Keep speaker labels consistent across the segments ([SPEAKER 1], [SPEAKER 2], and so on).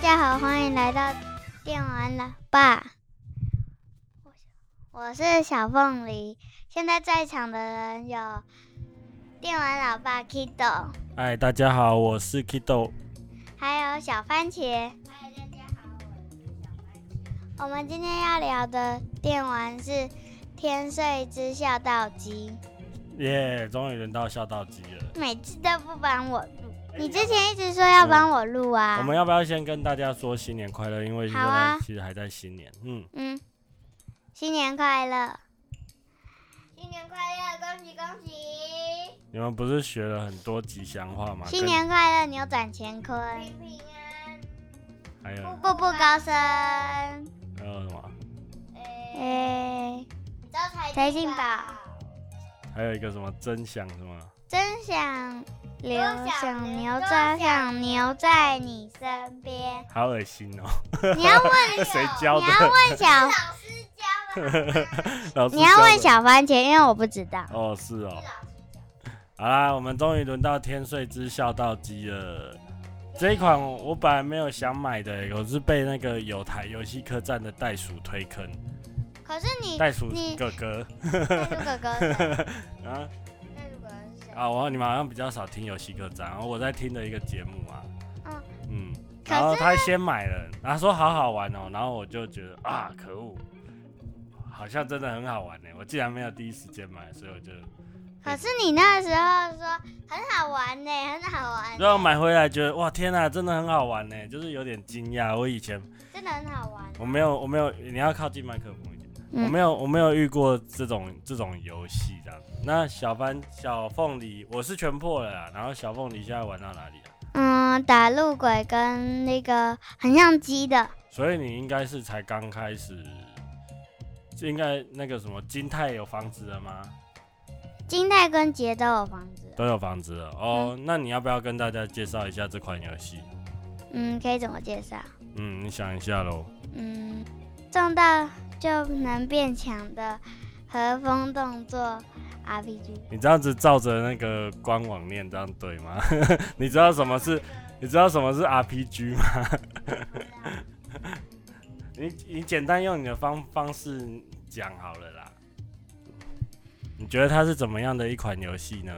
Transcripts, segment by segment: [SPEAKER 1] 家好，欢迎来到电玩老爸。我是小凤梨。现在在场的人有电玩老爸 Kido，
[SPEAKER 2] 嗨，大家好，我是 Kido。
[SPEAKER 1] 还有小番茄。我们今天要聊的电玩是《天睡之孝道机
[SPEAKER 2] 耶、终于轮到孝道机了。》，
[SPEAKER 1] 每次都不帮我录。你之前一直说要帮我录啊
[SPEAKER 2] 我。们要不要先跟大家说新年快乐？因为现
[SPEAKER 1] 好啊
[SPEAKER 2] 在其实还在新年。嗯，
[SPEAKER 1] 嗯，新年快乐！
[SPEAKER 3] 新年快乐，恭喜恭喜，
[SPEAKER 2] 你们不是学了很多吉祥话吗？
[SPEAKER 1] 新年快乐，扭转乾坤，
[SPEAKER 3] 平平安。
[SPEAKER 2] 跟还有
[SPEAKER 1] 步步高升。
[SPEAKER 2] 还有什么？
[SPEAKER 1] 哎、
[SPEAKER 3] 哎，招财
[SPEAKER 1] 财进
[SPEAKER 3] 进
[SPEAKER 1] 宝
[SPEAKER 3] 宝，
[SPEAKER 2] 还有一个什么真相什么？
[SPEAKER 1] 真想留
[SPEAKER 3] 多想
[SPEAKER 1] 想
[SPEAKER 3] 留
[SPEAKER 1] 牛，
[SPEAKER 3] 多
[SPEAKER 1] 真想
[SPEAKER 3] 想
[SPEAKER 1] 牛在你
[SPEAKER 3] 嗯
[SPEAKER 1] 身边。
[SPEAKER 2] 好恶心哦！
[SPEAKER 1] 你要问，
[SPEAKER 2] 谁教
[SPEAKER 1] 你
[SPEAKER 2] 的？
[SPEAKER 1] 要问小，
[SPEAKER 3] 老师教的，
[SPEAKER 2] 老师
[SPEAKER 1] 你要问
[SPEAKER 2] 教
[SPEAKER 1] 小番茄，因为我不知道
[SPEAKER 2] 的。。哦，是哦
[SPEAKER 3] 是。老师教的。
[SPEAKER 2] 好啦，我们终于轮到天睡之孝道机了。这一款我本来没有想买的、我是被那个有台游戏客栈的袋鼠推坑，
[SPEAKER 1] 可是你
[SPEAKER 2] 袋鼠
[SPEAKER 1] 你
[SPEAKER 2] 哥哥。
[SPEAKER 1] 袋鼠哥哥是谁，
[SPEAKER 2] 啊
[SPEAKER 3] 那如果是谁？
[SPEAKER 2] 啊！我你们好像比较少听游戏客栈，然后我在听的一个节目啊，
[SPEAKER 1] 嗯
[SPEAKER 2] 嗯，
[SPEAKER 1] 可
[SPEAKER 2] 然后他先买了，然后说好好玩哦，然后我就觉得啊，可恶，好像真的很好玩呢，我竟然没有第一时间买，所以我就
[SPEAKER 1] 可是你那时候说很好玩呢、很好 玩
[SPEAKER 2] 然后
[SPEAKER 1] 呢、
[SPEAKER 2] 买回来觉得哇天呐、啊真的很好玩呢，就是有点惊讶，我以前
[SPEAKER 1] 真的很好玩。
[SPEAKER 2] 我没有我没有，你要靠近麦克风一点。
[SPEAKER 1] 嗯
[SPEAKER 2] 我没有，我没有遇过这种这种游戏这样子。那小番小凤梨，我是全破了啦。然后小凤梨现在玩到哪里了？
[SPEAKER 1] 嗯，打路鬼跟那个很像鸡的，
[SPEAKER 2] 所以你应该是才刚开始，就应该那个什么金泰有房子了吗？
[SPEAKER 1] 金泰跟杰都有房子。
[SPEAKER 2] 都有房子了哦。那你要不要跟大家介绍一下这款游戏？
[SPEAKER 1] 嗯，可以怎么介绍？
[SPEAKER 2] 嗯，你想一下喽。
[SPEAKER 1] 嗯，中到就能变强的和风动作 RPG。
[SPEAKER 2] 你这样子照着那个官网念，这样对吗？ 你知道什么是？你知道什么是 RPG 吗？ 你你简单用你的方方式讲好了啦。你觉得它是怎么样的一款游戏呢？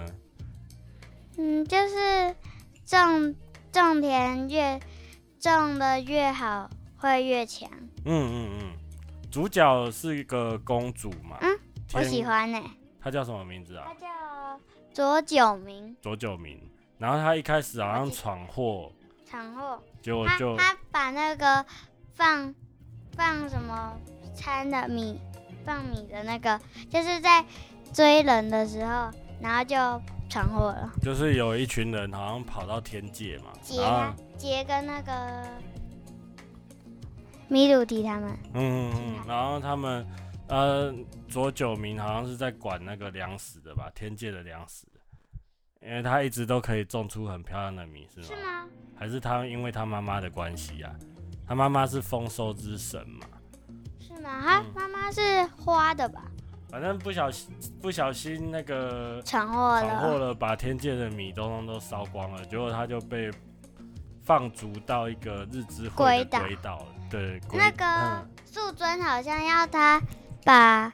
[SPEAKER 1] 嗯，就是种种田越种的越好，会越强。
[SPEAKER 2] 嗯嗯嗯，主角是一个公主嘛？
[SPEAKER 1] 嗯，我
[SPEAKER 2] 天
[SPEAKER 1] 喜。欢呢、
[SPEAKER 2] 她叫什么名字啊
[SPEAKER 1] 它？叫左九明
[SPEAKER 2] 左九明。然后她一开始好像闯祸，
[SPEAKER 1] 闯祸，
[SPEAKER 2] 结果
[SPEAKER 1] 他
[SPEAKER 2] 就
[SPEAKER 1] 他把那个放放什么掺的米放米的那个，就是在追人的时候，然后就闯祸了。
[SPEAKER 2] 就是有一群人好像跑到天界嘛，
[SPEAKER 1] 杰
[SPEAKER 2] 然
[SPEAKER 1] 啊
[SPEAKER 2] 后
[SPEAKER 1] 杰跟那个米鲁迪他们，
[SPEAKER 2] 嗯嗯
[SPEAKER 1] 啊
[SPEAKER 2] 嗯，然后他们呃左九明好像是在管那个粮食的吧，天界的粮食，因为他一直都可以种出很漂亮的米，是吗？
[SPEAKER 1] 是吗？
[SPEAKER 2] 还是他因为他妈妈的关系啊？他妈妈是丰收之神嘛，
[SPEAKER 1] 是吗？他
[SPEAKER 2] 嗯
[SPEAKER 1] 妈妈是花的吧？
[SPEAKER 2] 反正不小心不小心那个
[SPEAKER 1] 闯祸
[SPEAKER 2] 闯祸
[SPEAKER 1] 了，
[SPEAKER 2] 了，把天界的米都都烧光了，结果他就被放逐到一个日之会的
[SPEAKER 1] 鬼
[SPEAKER 2] 鬼岛，对，鬼
[SPEAKER 1] 那个
[SPEAKER 2] 嗯
[SPEAKER 1] 素贞好像要他把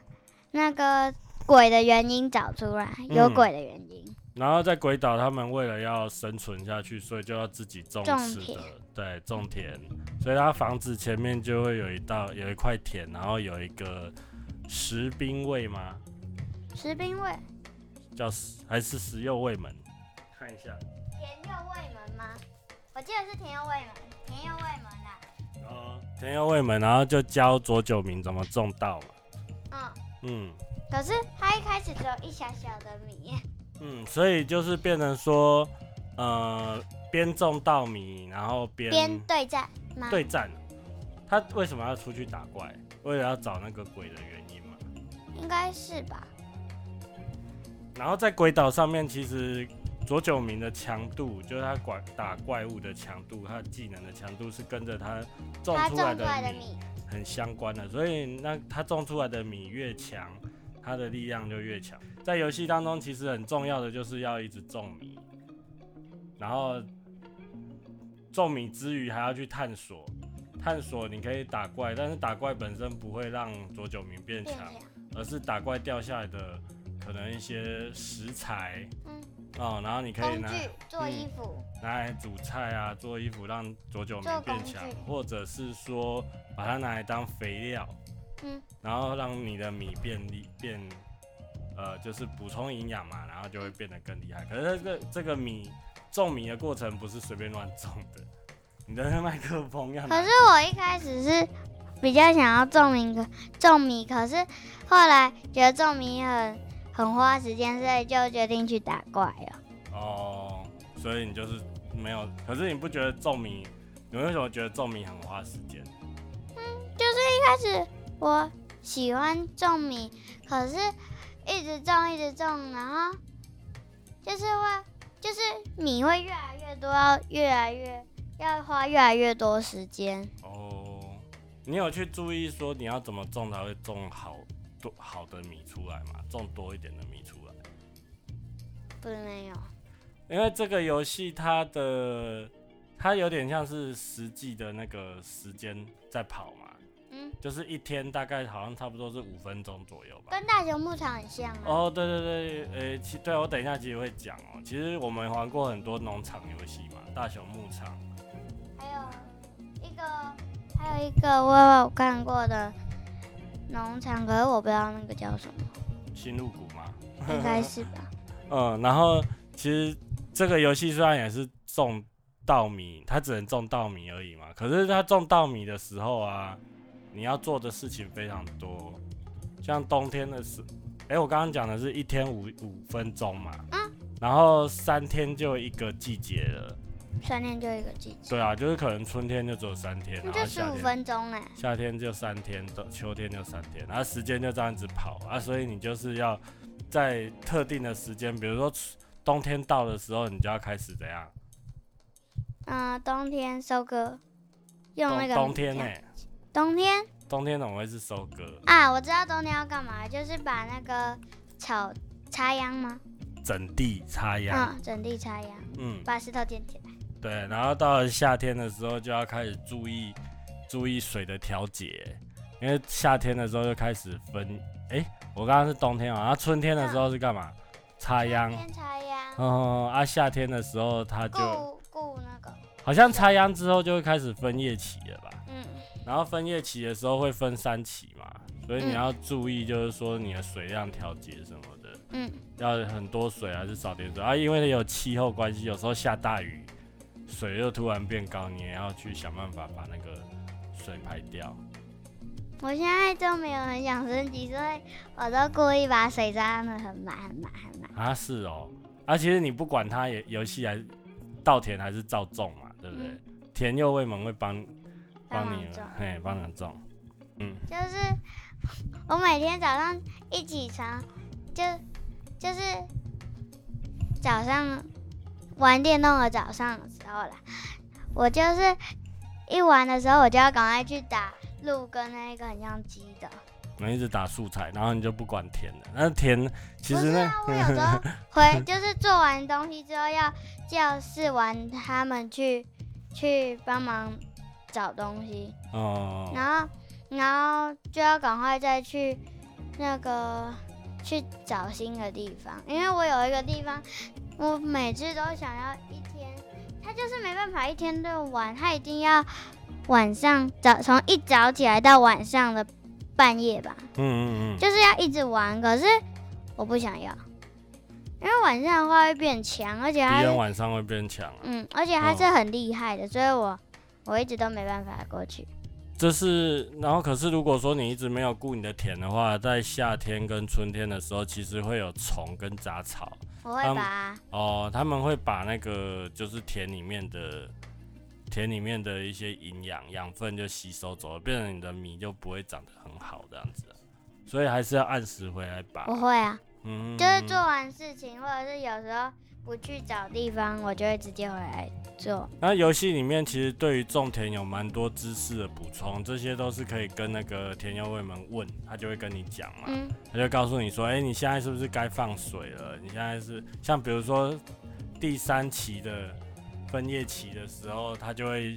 [SPEAKER 1] 那个鬼的原因找出来，有
[SPEAKER 2] 嗯
[SPEAKER 1] 鬼的原因。
[SPEAKER 2] 然后在鬼岛，他们为了要生存下去，所以就要自己种
[SPEAKER 1] 种
[SPEAKER 2] 吃
[SPEAKER 1] 田
[SPEAKER 2] 的，对，种田。所以他房子前面就会有一道有一块田，然后有一个石兵卫吗？
[SPEAKER 1] 石兵卫
[SPEAKER 2] 叫石还是石右卫门？看一下，
[SPEAKER 1] 田右卫门吗？我记得是田右卫门，田右卫门啊啦。
[SPEAKER 2] 哦，田右卫门，然后就教左九明怎么种稻嘛。
[SPEAKER 1] 嗯，
[SPEAKER 2] 嗯
[SPEAKER 1] 可是他一开始只有一小小的米，
[SPEAKER 2] 嗯，所以就是变成说，呃，边种稻米，然后边
[SPEAKER 1] 边对战吗？，
[SPEAKER 2] 对战。他为什么要出去打怪？为了要找那个鬼的原因嘛。
[SPEAKER 1] 应该是吧。
[SPEAKER 2] 然后在鬼岛上面，其实左九明的强度，就是他管打怪物的强度，他技能的强度是跟着他种
[SPEAKER 1] 他
[SPEAKER 2] 出
[SPEAKER 1] 种
[SPEAKER 2] 来
[SPEAKER 1] 出
[SPEAKER 2] 的
[SPEAKER 1] 来的
[SPEAKER 2] 米
[SPEAKER 1] 米，
[SPEAKER 2] 很相关的。所以那他种出来的米越强，他的力量就越强。在游戏当中，其实很重要的就是要一直种米，然后种米之余还要去探索，探索你可以打怪，但是打怪本身不会让佐久明变
[SPEAKER 3] 变
[SPEAKER 2] 强
[SPEAKER 3] 强，，
[SPEAKER 2] 而是打怪掉下来的可能一些食材
[SPEAKER 3] 嗯，
[SPEAKER 2] 哦，然后 你可以
[SPEAKER 3] 工
[SPEAKER 2] 拿
[SPEAKER 3] 具做
[SPEAKER 2] 嗯
[SPEAKER 3] 衣服，
[SPEAKER 2] 拿来煮菜啊，做衣服让佐久
[SPEAKER 3] 做
[SPEAKER 2] 明
[SPEAKER 3] 工
[SPEAKER 2] 变强
[SPEAKER 3] 具，
[SPEAKER 2] 或者是说把它拿来当肥料，
[SPEAKER 3] 嗯，
[SPEAKER 2] 然后让你的米变厉变，呃，就是补充营养嘛，然后就会变得更厉害。可是这个这个米种米的过程不是随便乱种的，你的那麦克风要拿
[SPEAKER 1] 可是我一开始是比较想要种米可种米，可是后来觉得种米很很花时间，所以就决定去打怪了。
[SPEAKER 2] 哦，所以你就是没有。可是你不觉得种米，你为什么觉得种米很花时间？
[SPEAKER 1] 开始我喜欢种米，可是一直种一直种，然后就是会就是米会越来越多，要越来越要花越来越多时间。
[SPEAKER 2] 哦，你有去注意说你要怎么种才会种好多好的米出来吗？种多一点的米出来，
[SPEAKER 1] 不是没有，
[SPEAKER 2] 因为这个游戏它的它有点像是实际的那个时间在跑嘛，
[SPEAKER 1] 嗯，
[SPEAKER 2] 就是一天大概好像差不多是五分钟左右吧。
[SPEAKER 1] 跟大熊牧场很像啊。
[SPEAKER 2] 哦，对对对，呃、其对我等一下其实会讲哦。其实我们玩过很多农场游戏嘛，大熊牧场，
[SPEAKER 1] 还有一个，还有一个我有看过的农场，可是我不知道那个叫什么，
[SPEAKER 2] 新入谷嘛，
[SPEAKER 1] 应该是吧？
[SPEAKER 2] 嗯，然后其实这个游戏虽然也是种稻米，它只能种稻米而已嘛。可是它种稻米的时候啊，你要做的事情非常多，像冬天的时，哎、我刚刚讲的是一天五五分钟嘛，
[SPEAKER 1] 嗯
[SPEAKER 2] 然后三天就一个季节了。
[SPEAKER 1] 三天就一个季节，
[SPEAKER 2] 对啊，就是可能春天就只有三天，
[SPEAKER 1] 那
[SPEAKER 2] 然
[SPEAKER 1] 就
[SPEAKER 2] 后
[SPEAKER 1] 嗯十
[SPEAKER 2] 夏
[SPEAKER 1] 五
[SPEAKER 2] 天。
[SPEAKER 1] 分钟嘞、
[SPEAKER 2] 夏天就三天，冬秋天就三天，然后时间就这样子跑啊，所以你就是要在特定的时间，比如说春冬天到的时候，你就要开始怎样？
[SPEAKER 1] 嗯、冬天收割，用那
[SPEAKER 2] 冬
[SPEAKER 1] 个
[SPEAKER 2] 冬天呢、欸
[SPEAKER 1] 冬天
[SPEAKER 2] 冬天怎么会是收割？
[SPEAKER 1] 啊，我知道冬天要干嘛，就是把那个草插秧吗？
[SPEAKER 2] 整地插秧，
[SPEAKER 1] 嗯，整地插秧，
[SPEAKER 2] 嗯，
[SPEAKER 1] 把石头捡起来。
[SPEAKER 2] 对，然后到了夏天的时候就要开始注意注意水的调节，因为夏天的时候就开始分，诶，我刚刚是冬天啊，然后春天的时候是干嘛？插秧，
[SPEAKER 1] 冬天哦插秧，
[SPEAKER 2] 嗯，啊，夏天的时候它就。
[SPEAKER 1] 顾顾那个，
[SPEAKER 2] 好像插秧之后就会开始分叶期了吧？
[SPEAKER 1] 嗯，
[SPEAKER 2] 然后分叶期的时候会分三期嘛，所以你
[SPEAKER 1] 嗯
[SPEAKER 2] 要注意，就是说你的水量调节什么的，
[SPEAKER 1] 嗯，
[SPEAKER 2] 要很多水还是少点水啊？因为有气候关系，有时候下大雨，水又突然变高，你也要去想办法把那个水排掉。
[SPEAKER 1] 我现在都没有很想升级，所以我都故意把水插的很满很满很满。
[SPEAKER 2] 啊，是哦，啊，其实你不管它也游戏还是稻田还是照种嘛，对不对？
[SPEAKER 1] 嗯
[SPEAKER 2] 田佑卫盟会帮帮
[SPEAKER 1] 帮忙
[SPEAKER 2] 你
[SPEAKER 1] 种，
[SPEAKER 2] 嘿，帮忙种。嗯
[SPEAKER 1] 就是我每天早上一起床，就就是早上玩电动的早上的时候啦，我就是一玩的时候，我就要赶快去打鹿跟那个很像鸡的。
[SPEAKER 2] 然后一直打素材，然后你就不管田了。那田其实
[SPEAKER 1] 不是
[SPEAKER 2] 呢
[SPEAKER 1] 啊，，我有时候 回就是做完东西之后，要叫试完他们去去帮忙找东西。
[SPEAKER 2] 哦、
[SPEAKER 1] 然后，然后就要赶快再去那个去找新的地方，因为我有一个地方，我每次都想要一天，他就是没办法一天都玩，他一定要晚上早从一早起来到晚上的半夜吧，
[SPEAKER 2] 嗯嗯嗯，
[SPEAKER 1] 就是要一直玩。可是我不想要，因为晚上的话会变强，而且他
[SPEAKER 2] 敌人
[SPEAKER 1] 是
[SPEAKER 2] 晚上会变强啊。
[SPEAKER 1] 嗯，而且他
[SPEAKER 2] 哦
[SPEAKER 1] 是很厉害的，所以我我一直都没办法过去。
[SPEAKER 2] 这是，然后可是如果说你一直没有顾你的田的话，在夏天跟春天的时候，其实会有虫跟杂草
[SPEAKER 1] 我会
[SPEAKER 2] 他们
[SPEAKER 1] 把
[SPEAKER 2] 哦，他们会把那个就是田里面的田里面的一些营养养分就吸收走了，变成你的米就不会长得很好这样子啊、所以还是要按时回来拔
[SPEAKER 1] 我。会啊。
[SPEAKER 2] 嗯，
[SPEAKER 1] 就是做完事情，或者是有时候不去找地方，我就会直接回来做。
[SPEAKER 2] 那游戏里面其实对于种田有蛮多知识的补充，这些都是可以跟那个田友卫们问，他就会跟你讲嘛，
[SPEAKER 1] 嗯，
[SPEAKER 2] 他就告诉你说，哎、你现在是不是该放水了？你现在是像比如说第三期的分叶期的时候，他就会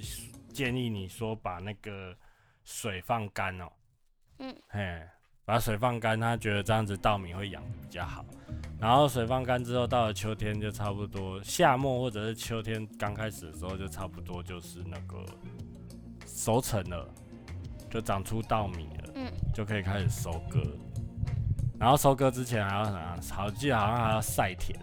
[SPEAKER 2] 建议你说把那个水放干哦。
[SPEAKER 1] 嗯。
[SPEAKER 2] 嘿，把水放干，他觉得这样子稻米会养得比较好。然后水放干之后，到了秋天就差不多，夏末或者是秋天刚开始的时候，就差不多就是那个熟成了，就长出稻米了，
[SPEAKER 1] 嗯
[SPEAKER 2] 就可以开始收割。然后收割之前还要啥？好，记得好像还要晒田。。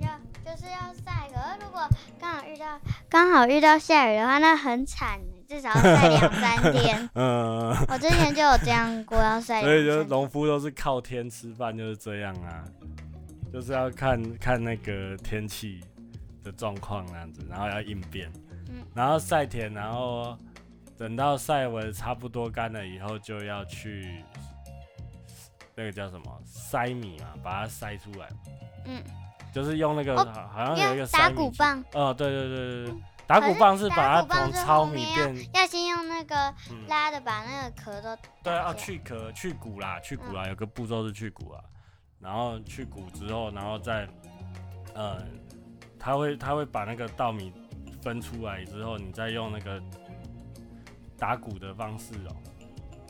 [SPEAKER 1] 要就是要晒，可是如果刚好遇到刚好遇到下雨的话，那很惨欸，至少要晒两三天
[SPEAKER 2] 嗯，
[SPEAKER 1] 我之前就有这样过，要晒
[SPEAKER 2] 所以
[SPEAKER 1] 两
[SPEAKER 2] 就是
[SPEAKER 1] 三天。
[SPEAKER 2] 农夫都是靠天吃饭，就是这样啊，就是要看看那个天气的状况那样子，然后要应变，
[SPEAKER 1] 嗯
[SPEAKER 2] 然后晒田，然后等到晒完差不多干了以后，就要去那个叫什么筛米嘛，把它筛出来，
[SPEAKER 1] 嗯，
[SPEAKER 2] 就是用那个、
[SPEAKER 1] 哦
[SPEAKER 2] 好好像有一个
[SPEAKER 1] 要打
[SPEAKER 2] 筛米
[SPEAKER 1] 鼓
[SPEAKER 2] 机，
[SPEAKER 1] 棒，
[SPEAKER 2] 哦，对对对对对，打鼓棒是把
[SPEAKER 1] 打
[SPEAKER 2] 它
[SPEAKER 1] 鼓棒
[SPEAKER 2] 从
[SPEAKER 1] 是
[SPEAKER 2] 糙
[SPEAKER 1] 后
[SPEAKER 2] 米
[SPEAKER 1] 面
[SPEAKER 2] 变，
[SPEAKER 1] 要先用那个
[SPEAKER 2] 嗯。
[SPEAKER 1] 拉的把那个壳都
[SPEAKER 2] 对
[SPEAKER 1] 这
[SPEAKER 2] 啊，
[SPEAKER 1] 样
[SPEAKER 2] 去壳、去骨啦，去
[SPEAKER 1] 嗯
[SPEAKER 2] 骨啊啦，有个步骤是去骨啊，然后去骨之后，然后再，呃，他会他会把那个稻米分出来之后，你再用那个打鼓的方式哦、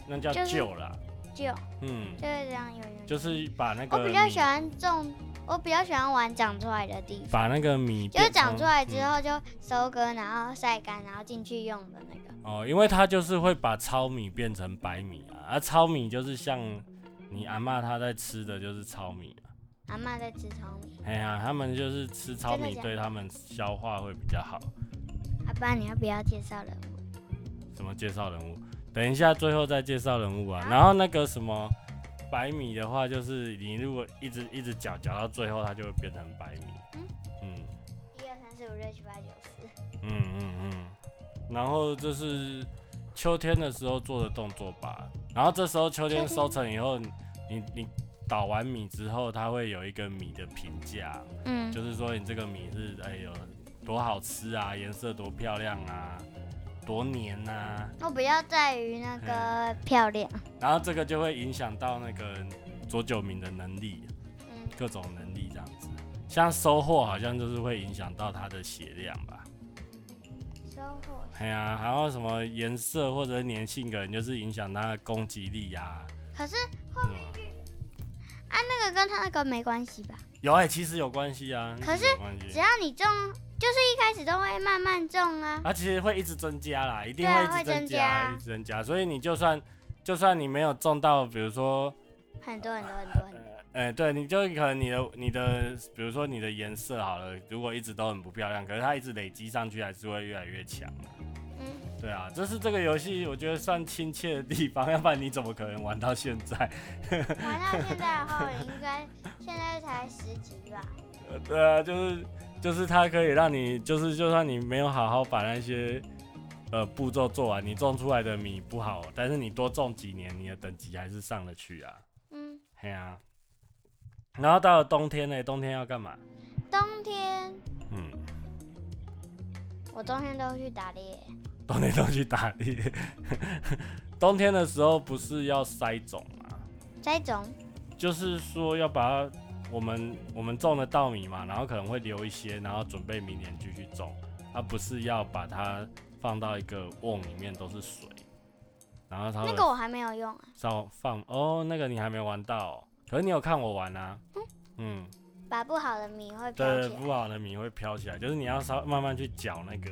[SPEAKER 2] 那叫
[SPEAKER 1] 就是
[SPEAKER 2] 臼啦，
[SPEAKER 1] 就
[SPEAKER 2] 嗯，
[SPEAKER 1] 就是这样有有。有
[SPEAKER 2] 就是把那个
[SPEAKER 1] 我比较
[SPEAKER 2] 米
[SPEAKER 1] 喜欢种，我比较喜欢玩长出来的地方，
[SPEAKER 2] 把那个米
[SPEAKER 1] 就是
[SPEAKER 2] 变
[SPEAKER 1] 长
[SPEAKER 2] 成
[SPEAKER 1] 出来之
[SPEAKER 2] 嗯
[SPEAKER 1] 后就收割，然后晒干，然后进去用的那个。
[SPEAKER 2] 哦，因为它就是会把糙米变成白米啊，而、糙米就是像你阿嬷她在吃的就是糙米啊
[SPEAKER 1] 阿嬷在吃糙米，
[SPEAKER 2] 哎呀，他们就是吃糙
[SPEAKER 1] 真的
[SPEAKER 2] 米，
[SPEAKER 1] 假的
[SPEAKER 2] 对他们消化会比较好。
[SPEAKER 1] 阿爸你要不要介绍人物？
[SPEAKER 2] 什么介绍人物？等一下最后再介绍人物啊。然后那个什么白米的话，就是你如果一直一直搅搅到最后，它就会变成白米。嗯
[SPEAKER 1] 一二三四五六七八九十。
[SPEAKER 2] 嗯嗯嗯。然后就是秋天的时候做的动作吧。然后这时候秋天
[SPEAKER 1] 秋天
[SPEAKER 2] 收成以后，你你你捣完米之后，它会有一个米的评价。
[SPEAKER 1] 嗯，
[SPEAKER 2] 就是说你这个米是哎呦多好吃啊，颜色多漂亮啊，多黏啊，
[SPEAKER 1] 我比较在于那个漂亮。
[SPEAKER 2] 然后这个就会影响到那个左九明的能力，
[SPEAKER 1] 嗯，
[SPEAKER 2] 各种能力这样子。像收获好像就是会影响到它的血量吧，
[SPEAKER 1] 收获。
[SPEAKER 2] 哎呀、然后什么颜色或者粘性，可能就是影响它的攻击力呀、
[SPEAKER 1] 可是
[SPEAKER 2] 啊。嗯
[SPEAKER 1] 那个跟他那个没关系吧？
[SPEAKER 2] 有哎、其实有关系啊，
[SPEAKER 1] 可
[SPEAKER 2] 是有关
[SPEAKER 1] 只
[SPEAKER 2] 系，
[SPEAKER 1] 要你种，就是一开始都会慢慢种啊。
[SPEAKER 2] 它其实会一直增加啦，一
[SPEAKER 1] 对
[SPEAKER 2] 定
[SPEAKER 1] 啊
[SPEAKER 2] 一直
[SPEAKER 1] 会
[SPEAKER 2] 增
[SPEAKER 1] 增
[SPEAKER 2] 加，
[SPEAKER 1] 加
[SPEAKER 2] 一直增加。所以你就算就算你没有种到，比如说
[SPEAKER 1] 很多很多很多很多。
[SPEAKER 2] 哎、对，你就可能你的你的，比如说你的颜色好了，如果一直都很不漂亮，可是它一直累积上去，还是会越来越强。
[SPEAKER 1] 嗯，
[SPEAKER 2] 对啊，这是这个游戏我觉得算亲切的地方，要 不然你怎么可能玩到现在？
[SPEAKER 1] 玩到现在的话，我应该现在才十级吧？
[SPEAKER 2] 呃对啊，就是就是它可以让你，就是就算你没有好好把那些呃步骤做完，你种出来的米不好，但是你多种几年，你的等级还是上得去啊。
[SPEAKER 1] 嗯，
[SPEAKER 2] 嘿啊，然后到了冬天呢，冬天要干嘛？
[SPEAKER 1] 冬天
[SPEAKER 2] 嗯。
[SPEAKER 1] 我冬天都会去打猎。
[SPEAKER 2] 冬天都去打猎。 冬天的时候不是要筛种吗？
[SPEAKER 1] 栽种，
[SPEAKER 2] 就是说要把它我们我们种的稻米嘛，然后可能会留一些，然后准备明年继续种，而不是要把它放到一个瓮里面都是水，然后它
[SPEAKER 1] 那
[SPEAKER 2] 会
[SPEAKER 1] 个我还没有用啊。
[SPEAKER 2] 稍放哦，那个你还没玩到、哦，可是你有看我玩啊，嗯，
[SPEAKER 1] 把不好的米会飘
[SPEAKER 2] 对，
[SPEAKER 1] 起来。
[SPEAKER 2] 不好的米会飘起来，就是你要稍慢慢去搅那个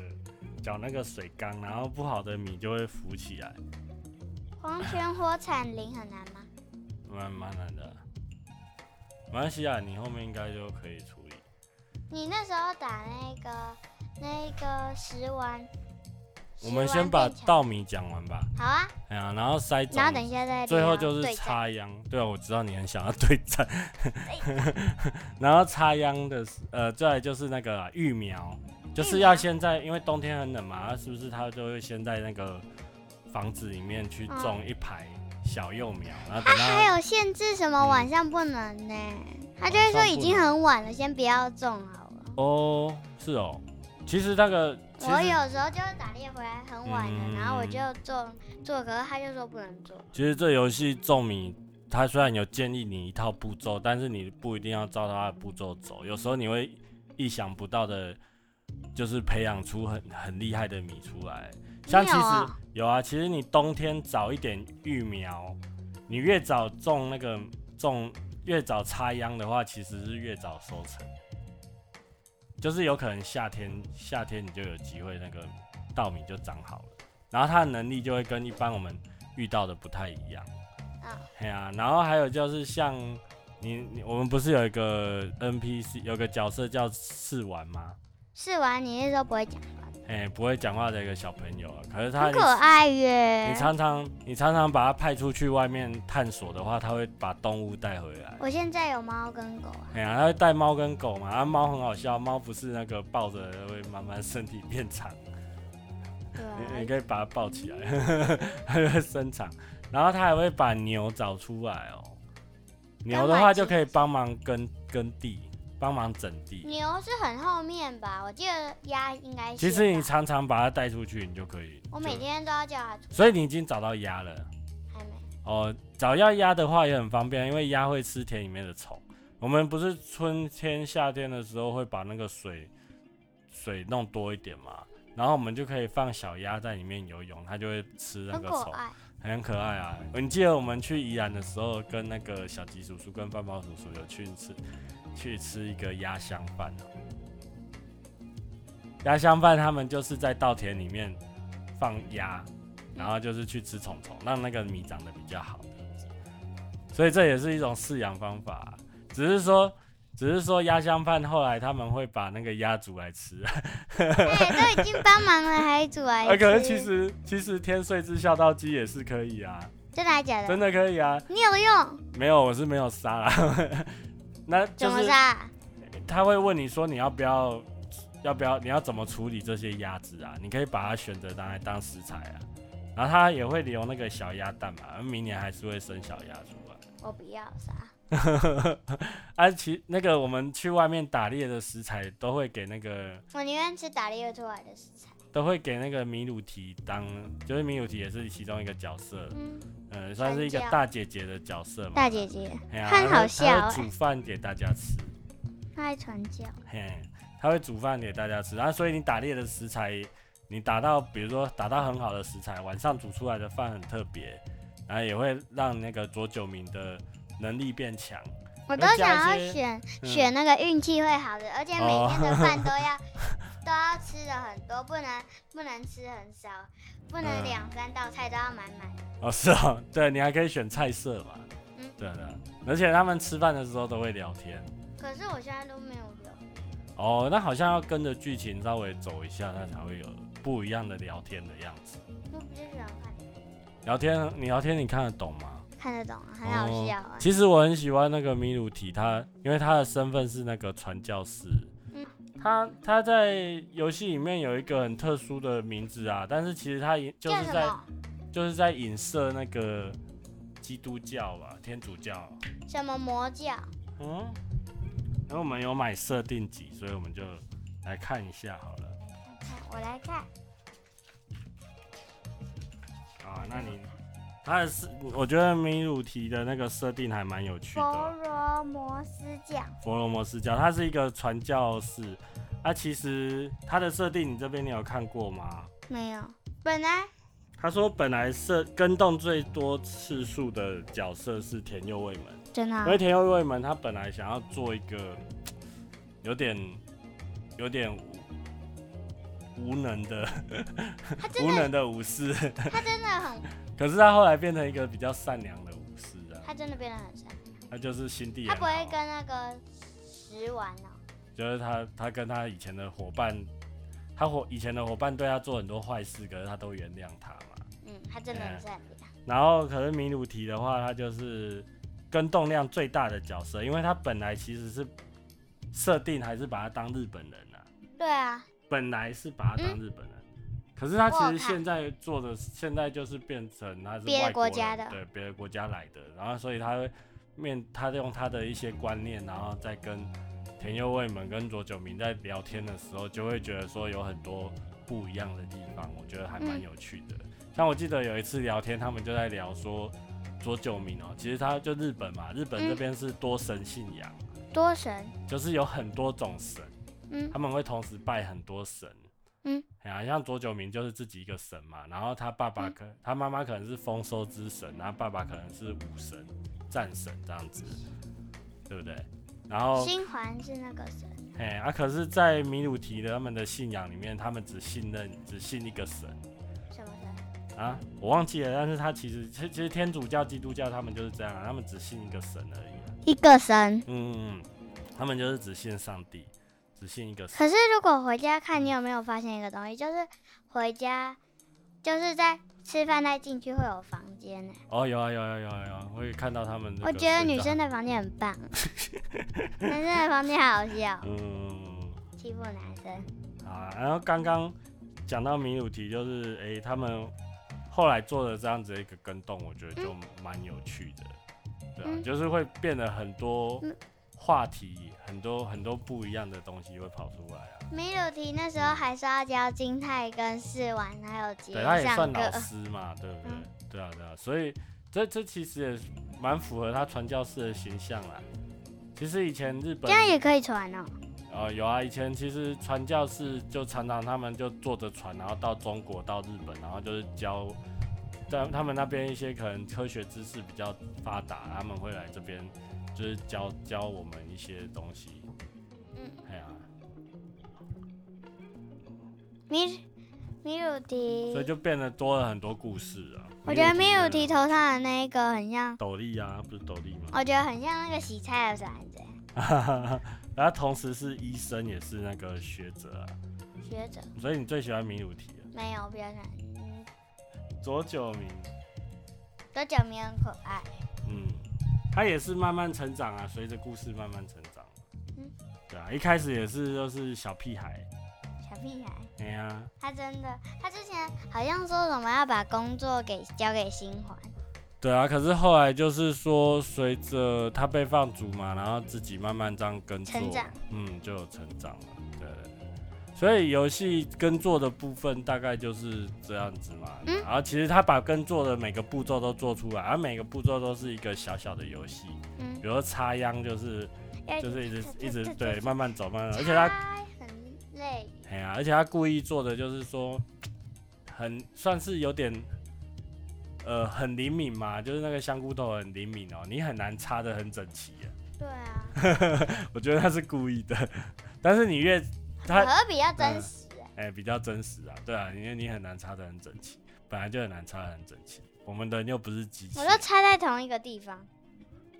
[SPEAKER 2] 搅那个水缸，然后不好的米就会浮起来。
[SPEAKER 1] 黄泉火产林很难吗？
[SPEAKER 2] 蛮蛮难的。马来西亚，啊你后面应该就可以处理。
[SPEAKER 1] 你那时候打那个那个石丸，
[SPEAKER 2] 我
[SPEAKER 1] 石
[SPEAKER 2] 们
[SPEAKER 1] 丸
[SPEAKER 2] 先把
[SPEAKER 1] 变强
[SPEAKER 2] 稻米讲完吧。
[SPEAKER 1] 好啊，
[SPEAKER 2] 哎呀，然后塞种
[SPEAKER 1] 然，后等一下再
[SPEAKER 2] 最后
[SPEAKER 1] 聊
[SPEAKER 2] 就是
[SPEAKER 1] 对战
[SPEAKER 2] 插秧。对啊，我知道你很想要对战。 然后插秧的时，呃，再来就是那个啊育苗，就是要先在，因为冬天很冷嘛，啊是不是？它就会先在那个房子里面去
[SPEAKER 1] 嗯啊
[SPEAKER 2] 种一排小幼苗，然后等到
[SPEAKER 1] 还有限制什么
[SPEAKER 2] 嗯
[SPEAKER 1] 晚上不能呢、他就会说
[SPEAKER 2] 晚上
[SPEAKER 1] 已
[SPEAKER 2] 不
[SPEAKER 1] 经
[SPEAKER 2] 能
[SPEAKER 1] 很晚了，先不要种好了。
[SPEAKER 2] 哦，是哦。其实那个，其
[SPEAKER 1] 我
[SPEAKER 2] 实
[SPEAKER 1] 有时候就是打猎回来很晚了，
[SPEAKER 2] 嗯
[SPEAKER 1] 然后我就种做，可是他就说不能做。
[SPEAKER 2] 其实这游戏种米，它虽然有建议你一套步骤，但是你不一定要照它的步骤走。有时候你会意想不到的就是培养出很很厉害的米出来。像其实
[SPEAKER 1] 有啊
[SPEAKER 2] 有啊，其实你冬天早一点育苗，你越早种那个种越早插秧的话，其实是越早收成。就是有可能夏天夏天你就有机会那个稻米就长好了，然后它的能力就会跟一般我们遇到的不太一样。
[SPEAKER 1] 嗯
[SPEAKER 2] 嘿啊，然后还有就是像你你我们不是有一个 NPC 有个角色叫试玩吗？
[SPEAKER 1] 试完你那时候不会讲，
[SPEAKER 2] 哎、不会讲话的一个小朋友啊，可是他
[SPEAKER 1] 很
[SPEAKER 2] 你
[SPEAKER 1] 可爱
[SPEAKER 2] 你
[SPEAKER 1] 耶。
[SPEAKER 2] 常常你常常把他派出去外面探索的话，他会把动物带回来。
[SPEAKER 1] 我现在有猫跟狗啊，
[SPEAKER 2] 哎呀、他会带猫跟狗嘛，啊，猫很好笑，猫不是那个抱着会慢慢身体变长，
[SPEAKER 1] 对
[SPEAKER 2] 你你
[SPEAKER 1] 啊，
[SPEAKER 2] 可以把它抱起来， 它就会伸长。然后它还会把牛找出来哦，牛的话就可以帮忙耕耕地，帮忙整地。
[SPEAKER 1] 牛是很后面吧？我记得鸭应该是吧。
[SPEAKER 2] 其实你常常把它带出去，你就可以。
[SPEAKER 1] 我每
[SPEAKER 2] 就
[SPEAKER 1] 天都要叫它出，
[SPEAKER 2] 所以你已经找到鸭了。
[SPEAKER 1] 还没。
[SPEAKER 2] 哦，找要鸭的话也很方便，因为鸭会吃田里面的虫。我们不是春天、夏天的时候会把那个水水弄多一点嘛，然后我们就可以放小鸭在里面游泳，它就会吃那
[SPEAKER 1] 很
[SPEAKER 2] 个
[SPEAKER 1] 可
[SPEAKER 2] 虫，
[SPEAKER 1] 爱，
[SPEAKER 2] 很可爱啊。你记得我们去宜兰的时候，跟那个小吉叔叔跟饭包叔叔有去吃去吃一个鸭香饭啊。鸭香饭他们就是在稻田里面放鸭，然后就是去吃虫虫，让那个米长得比较好。所以这也是一种饲养方法啊、只是说，只是说鸭香饭后来他们会把那个鸭煮来吃。
[SPEAKER 1] 哎，都已经帮忙了，还煮来
[SPEAKER 2] 啊，
[SPEAKER 1] 吃。
[SPEAKER 2] 可是其实其实天睡之孝道鸡也是可以啊，
[SPEAKER 1] 真的还假的？
[SPEAKER 2] 真的可以啊。
[SPEAKER 1] 你有用？
[SPEAKER 2] 没有，我是没有杀啦。 那
[SPEAKER 1] 怎
[SPEAKER 2] 就
[SPEAKER 1] 么
[SPEAKER 2] 是
[SPEAKER 1] 杀？
[SPEAKER 2] 他会问你说你要不要，要不要，你要怎么处理这些鸭子啊？你可以把它选择拿来当食材啊。然后它也会留那个小鸭蛋嘛，明年还是会生小鸭出来。
[SPEAKER 1] 我不要杀。
[SPEAKER 2] 啊，其那个我们去外面打猎的食材都会给那个，
[SPEAKER 1] 我宁愿吃打猎出来的食材。
[SPEAKER 2] 都会给那个米鲁提当，就是米鲁提也是其中一个角色，
[SPEAKER 1] 嗯，
[SPEAKER 2] 呃，算是一个
[SPEAKER 1] 传教
[SPEAKER 2] 大姐姐的角色嘛。
[SPEAKER 1] 大姐姐，
[SPEAKER 2] 哎呀，
[SPEAKER 1] 她很好
[SPEAKER 2] 她会她会
[SPEAKER 1] 笑欸
[SPEAKER 2] 煮饭给大家吃。
[SPEAKER 1] 她爱传教。
[SPEAKER 2] 嘿，他会煮饭给大家吃，然、啊后所以你打猎的食材，你打到比如说打到很好的食材，晚上煮出来的饭很特别，然后也会让那个左九明的能力变强。
[SPEAKER 1] 我都想要选
[SPEAKER 2] 嗯
[SPEAKER 1] 选那个运气会好的，而且每
[SPEAKER 2] 哦
[SPEAKER 1] 天的饭都要 都要吃的很多，不能不能吃很少，不能
[SPEAKER 2] 嗯
[SPEAKER 1] 两三道菜都要满满。
[SPEAKER 2] 哦，是哦，对你还可以选菜色嘛，
[SPEAKER 1] 嗯
[SPEAKER 2] 对的，而且他们吃饭的时候都会聊天。
[SPEAKER 1] 可是我现在都没有用，
[SPEAKER 2] 哦，那好像要跟着剧情稍微走一下，那才会有不一样的聊天的样子。
[SPEAKER 1] 我比较喜欢看
[SPEAKER 2] 聊天，你聊天你看得懂吗？
[SPEAKER 1] 看得懂，很好
[SPEAKER 2] 哦
[SPEAKER 1] 笑啊。
[SPEAKER 2] 其实我很喜欢那个米鲁提，他因为他的身份是那个传教士
[SPEAKER 1] 嗯，
[SPEAKER 2] 他他在游戏里面有一个很特殊的名字啊，但是其实他也就
[SPEAKER 1] 叫
[SPEAKER 2] 是
[SPEAKER 1] 什
[SPEAKER 2] 在
[SPEAKER 1] 么？
[SPEAKER 2] 就是在影射那个基督教吧，天主教。啊
[SPEAKER 1] 什么魔教？
[SPEAKER 2] 嗯，然后我们有买设定集，所以我们就来看一下好了。
[SPEAKER 1] 我来看，
[SPEAKER 2] 啊，那你他的是我觉得米鲁提的那个设定还蛮有趣的
[SPEAKER 1] 佛
[SPEAKER 2] 哦。
[SPEAKER 1] 罗摩斯教。
[SPEAKER 2] 佛罗摩斯教，它是一个传教士。它、其实它的设定，你这边你有看过吗？
[SPEAKER 1] 没有，本来
[SPEAKER 2] 他说本来设跟动最多次数的角色是田右卫门，
[SPEAKER 1] 真的啊
[SPEAKER 2] 因为田右卫门他本来想要做一个有点有点无无能的
[SPEAKER 1] 他真
[SPEAKER 2] 无
[SPEAKER 1] 的
[SPEAKER 2] 能的武士，
[SPEAKER 1] 他真的很
[SPEAKER 2] 可是他后来变成一个比较善良的武士啊，
[SPEAKER 1] 他真的变得很善，
[SPEAKER 2] 他就是心地
[SPEAKER 1] 他
[SPEAKER 2] 很
[SPEAKER 1] 不会
[SPEAKER 2] 好
[SPEAKER 1] 跟那个食玩哦。
[SPEAKER 2] 就是他他跟他以前的伙伴，他伙以前的伙伴对他做很多坏事，可是他都原谅他嘛。
[SPEAKER 1] 嗯，他真的很善良。
[SPEAKER 2] 然后可是米鲁提的话，他就是跟动量最大的角色，因为他本来其实是设定还是把他当日本人啊，
[SPEAKER 1] 对啊，
[SPEAKER 2] 本来是把他当日本人。可是他其
[SPEAKER 1] 嗯我有
[SPEAKER 2] 实
[SPEAKER 1] 看
[SPEAKER 2] 现在做的，现在就是变成他是
[SPEAKER 1] 别的
[SPEAKER 2] 外国
[SPEAKER 1] 国家
[SPEAKER 2] 人
[SPEAKER 1] 的
[SPEAKER 2] 对别的国家来的，然后所以他会面他用他的一些观念，然后再跟田右卫门跟佐久明在聊天的时候，就会觉得说有很多不一样的地方，我觉得还蛮
[SPEAKER 1] 嗯
[SPEAKER 2] 有趣的。像我记得有一次聊天，他们就在聊说佐久明哦，其实他就日本嘛，日本
[SPEAKER 1] 嗯
[SPEAKER 2] 这边是多神信仰，
[SPEAKER 1] 多神
[SPEAKER 2] 就是有很多种神。
[SPEAKER 1] 嗯
[SPEAKER 2] 他们会同时拜很多神。
[SPEAKER 1] 嗯，
[SPEAKER 2] 哎呀，像左九明就是自己一个神嘛，然后他爸
[SPEAKER 1] 嗯
[SPEAKER 2] 爸可、他妈妈可能是丰收之神，然后爸爸可能是武神、战神这样子，对不对？然后
[SPEAKER 1] 星环是那个神，
[SPEAKER 2] 哎啊，可是，在米鲁提的他们的信仰里面，他们只信任只信一个神
[SPEAKER 1] 什么神？
[SPEAKER 2] 啊，我忘记了。但是他其实其实其实天主教、基督教他们就是这样、啊，他们只信一个神而已、啊。
[SPEAKER 1] 一个神。
[SPEAKER 2] 嗯嗯，嗯他们就是只信上帝，只信一个神。
[SPEAKER 1] 可是如果回家看，你有没有发现一个东西？就是回家，就是在吃饭再进去会有房间呢、
[SPEAKER 2] 哦，有啊有啊有啊有啊，我也看到他们。
[SPEAKER 1] 我觉得女生，的房间很棒，男生的房间好小，
[SPEAKER 2] 嗯，
[SPEAKER 1] 欺负男生。
[SPEAKER 2] 好啊。然后刚刚讲到米鲁提，就是诶、他们后来做的这样子的一个跟动，我觉得就蛮有趣的，对啊，
[SPEAKER 1] 嗯
[SPEAKER 2] 就是会变得很多
[SPEAKER 1] 嗯
[SPEAKER 2] 话题，很多很多不一样的东西会跑出来啊。
[SPEAKER 1] 米鲁提那时候还说要教金泰跟试玩，还有结
[SPEAKER 2] 对，他也算
[SPEAKER 1] 上
[SPEAKER 2] 老
[SPEAKER 1] 课。
[SPEAKER 2] 师嘛，对不对？
[SPEAKER 1] 嗯
[SPEAKER 2] 对啊，对啊，所以这这其实也蛮符合他传教士的形象啦。其实以前
[SPEAKER 1] 这
[SPEAKER 2] 日本
[SPEAKER 1] 样也可以传哦、
[SPEAKER 2] 呃有啊，以前其实传教士就常常他们就坐着船，然后到中国、到日本，然后就是教在他们那边一些可能科学知识比较发达，他们会来这边就是教教我们一些东西。
[SPEAKER 1] 嗯，
[SPEAKER 2] 哎呀、
[SPEAKER 1] 米米鲁提
[SPEAKER 2] 所以，就变得多了很多故事啊。
[SPEAKER 1] 我觉得米鲁提
[SPEAKER 2] 提
[SPEAKER 1] 头上的那一个很像，
[SPEAKER 2] 斗笠啊，不是斗笠吗？
[SPEAKER 1] 我觉得很像那个洗菜的伞子
[SPEAKER 2] 然后同时是医生，也是那个学者、啊，
[SPEAKER 1] 学者
[SPEAKER 2] 所以你最喜欢米鲁提、啊、
[SPEAKER 1] 没有，我比较喜欢。嗯，
[SPEAKER 2] 左九明，
[SPEAKER 1] 都讲明很可爱。
[SPEAKER 2] 嗯，他也是慢慢成长啊，随着故事慢慢成长。
[SPEAKER 1] 嗯
[SPEAKER 2] 对啊，一开始也是就是小屁孩，
[SPEAKER 1] 小屁孩，
[SPEAKER 2] 哎呀、
[SPEAKER 1] 他真的，他之前好像说什么要把工作给交给新环，
[SPEAKER 2] 对啊，可是后来就是说，随着他被放逐嘛，然后自己慢慢这样耕作
[SPEAKER 1] 成长，
[SPEAKER 2] 嗯，就有成长了。对对对，所以游戏耕作的部分大概就是这样子嘛。
[SPEAKER 1] 嗯
[SPEAKER 2] 然后其实他把耕作的每个步骤都做出来，而啊每个步骤都是一个小小的游戏，
[SPEAKER 1] 嗯
[SPEAKER 2] 比，如说插秧就是
[SPEAKER 1] 要
[SPEAKER 2] 就是一直一直
[SPEAKER 1] 这这
[SPEAKER 2] 对
[SPEAKER 1] 这
[SPEAKER 2] 慢慢走慢慢走，而且他
[SPEAKER 1] 猜很累，
[SPEAKER 2] 哎呀、而且他故意做的就是说，很算是有点，呃，很灵敏嘛，就是那个香菇头很灵敏哦，你很难插的很整齐啊。
[SPEAKER 1] 对啊，
[SPEAKER 2] 我觉得他是故意的，但是你越他
[SPEAKER 1] 可比较真实。
[SPEAKER 2] 哎、比较真实啊，对啊，因为你很难插的很整齐，本来就很难插的很整齐。我们人又不是机器
[SPEAKER 1] 我，都猜在同一个地方，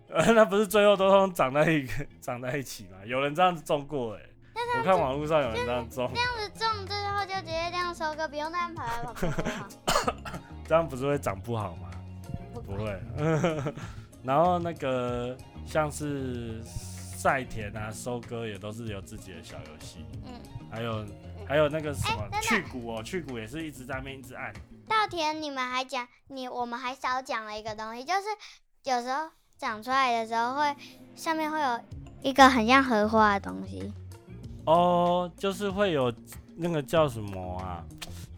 [SPEAKER 2] 呃，那不是最后都通长在一个长在一起嘛？有人这样子种过哎、我看网络上有人这样种，
[SPEAKER 1] 这样子种之后就直接这样收割，不用那样跑来跑去。
[SPEAKER 2] 这样不是会长不好吗？
[SPEAKER 1] 不
[SPEAKER 2] 不会。然后那个像是晒田啊、收割也都是有自己的小游戏，
[SPEAKER 1] 嗯，
[SPEAKER 2] 还有还有那个什么
[SPEAKER 1] 哎等等
[SPEAKER 2] 去骨哦，去骨也是一直在那边一直按，
[SPEAKER 1] 稻田你们还讲你，我们还少讲了一个东西，就是有时候长出来的时候会上面会有一个很像荷花的东西，
[SPEAKER 2] 哦，就是会有那个叫什么啊？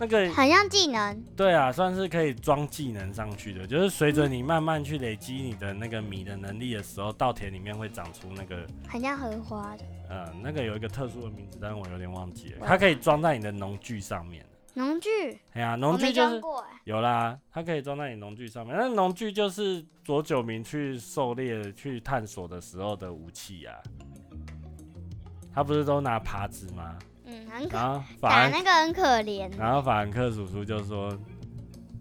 [SPEAKER 2] 那个
[SPEAKER 1] 很像技能。
[SPEAKER 2] 对啊，算是可以装技能上去的，就是随着你慢慢去累积你的那个米的能力的时候，稻田里面会长出那个
[SPEAKER 1] 很像荷花的
[SPEAKER 2] 呃那个有一个特殊的名字，但是我有点忘记了，
[SPEAKER 1] 哇
[SPEAKER 2] 它可以装在你的农具上面。
[SPEAKER 1] 农具，
[SPEAKER 2] 哎呀，
[SPEAKER 1] 我
[SPEAKER 2] 农具
[SPEAKER 1] 没
[SPEAKER 2] 就
[SPEAKER 1] 装
[SPEAKER 2] 是
[SPEAKER 1] 过哎。
[SPEAKER 2] 有啦，它可以装在你农具上面。那农具就是左九明去狩猎、去探索的时候的武器啊。他不是都拿耙子吗？
[SPEAKER 1] 嗯，很可
[SPEAKER 2] 然后法
[SPEAKER 1] 打
[SPEAKER 2] 兰，
[SPEAKER 1] 那个很可怜，
[SPEAKER 2] 然后法兰克叔叔就说：“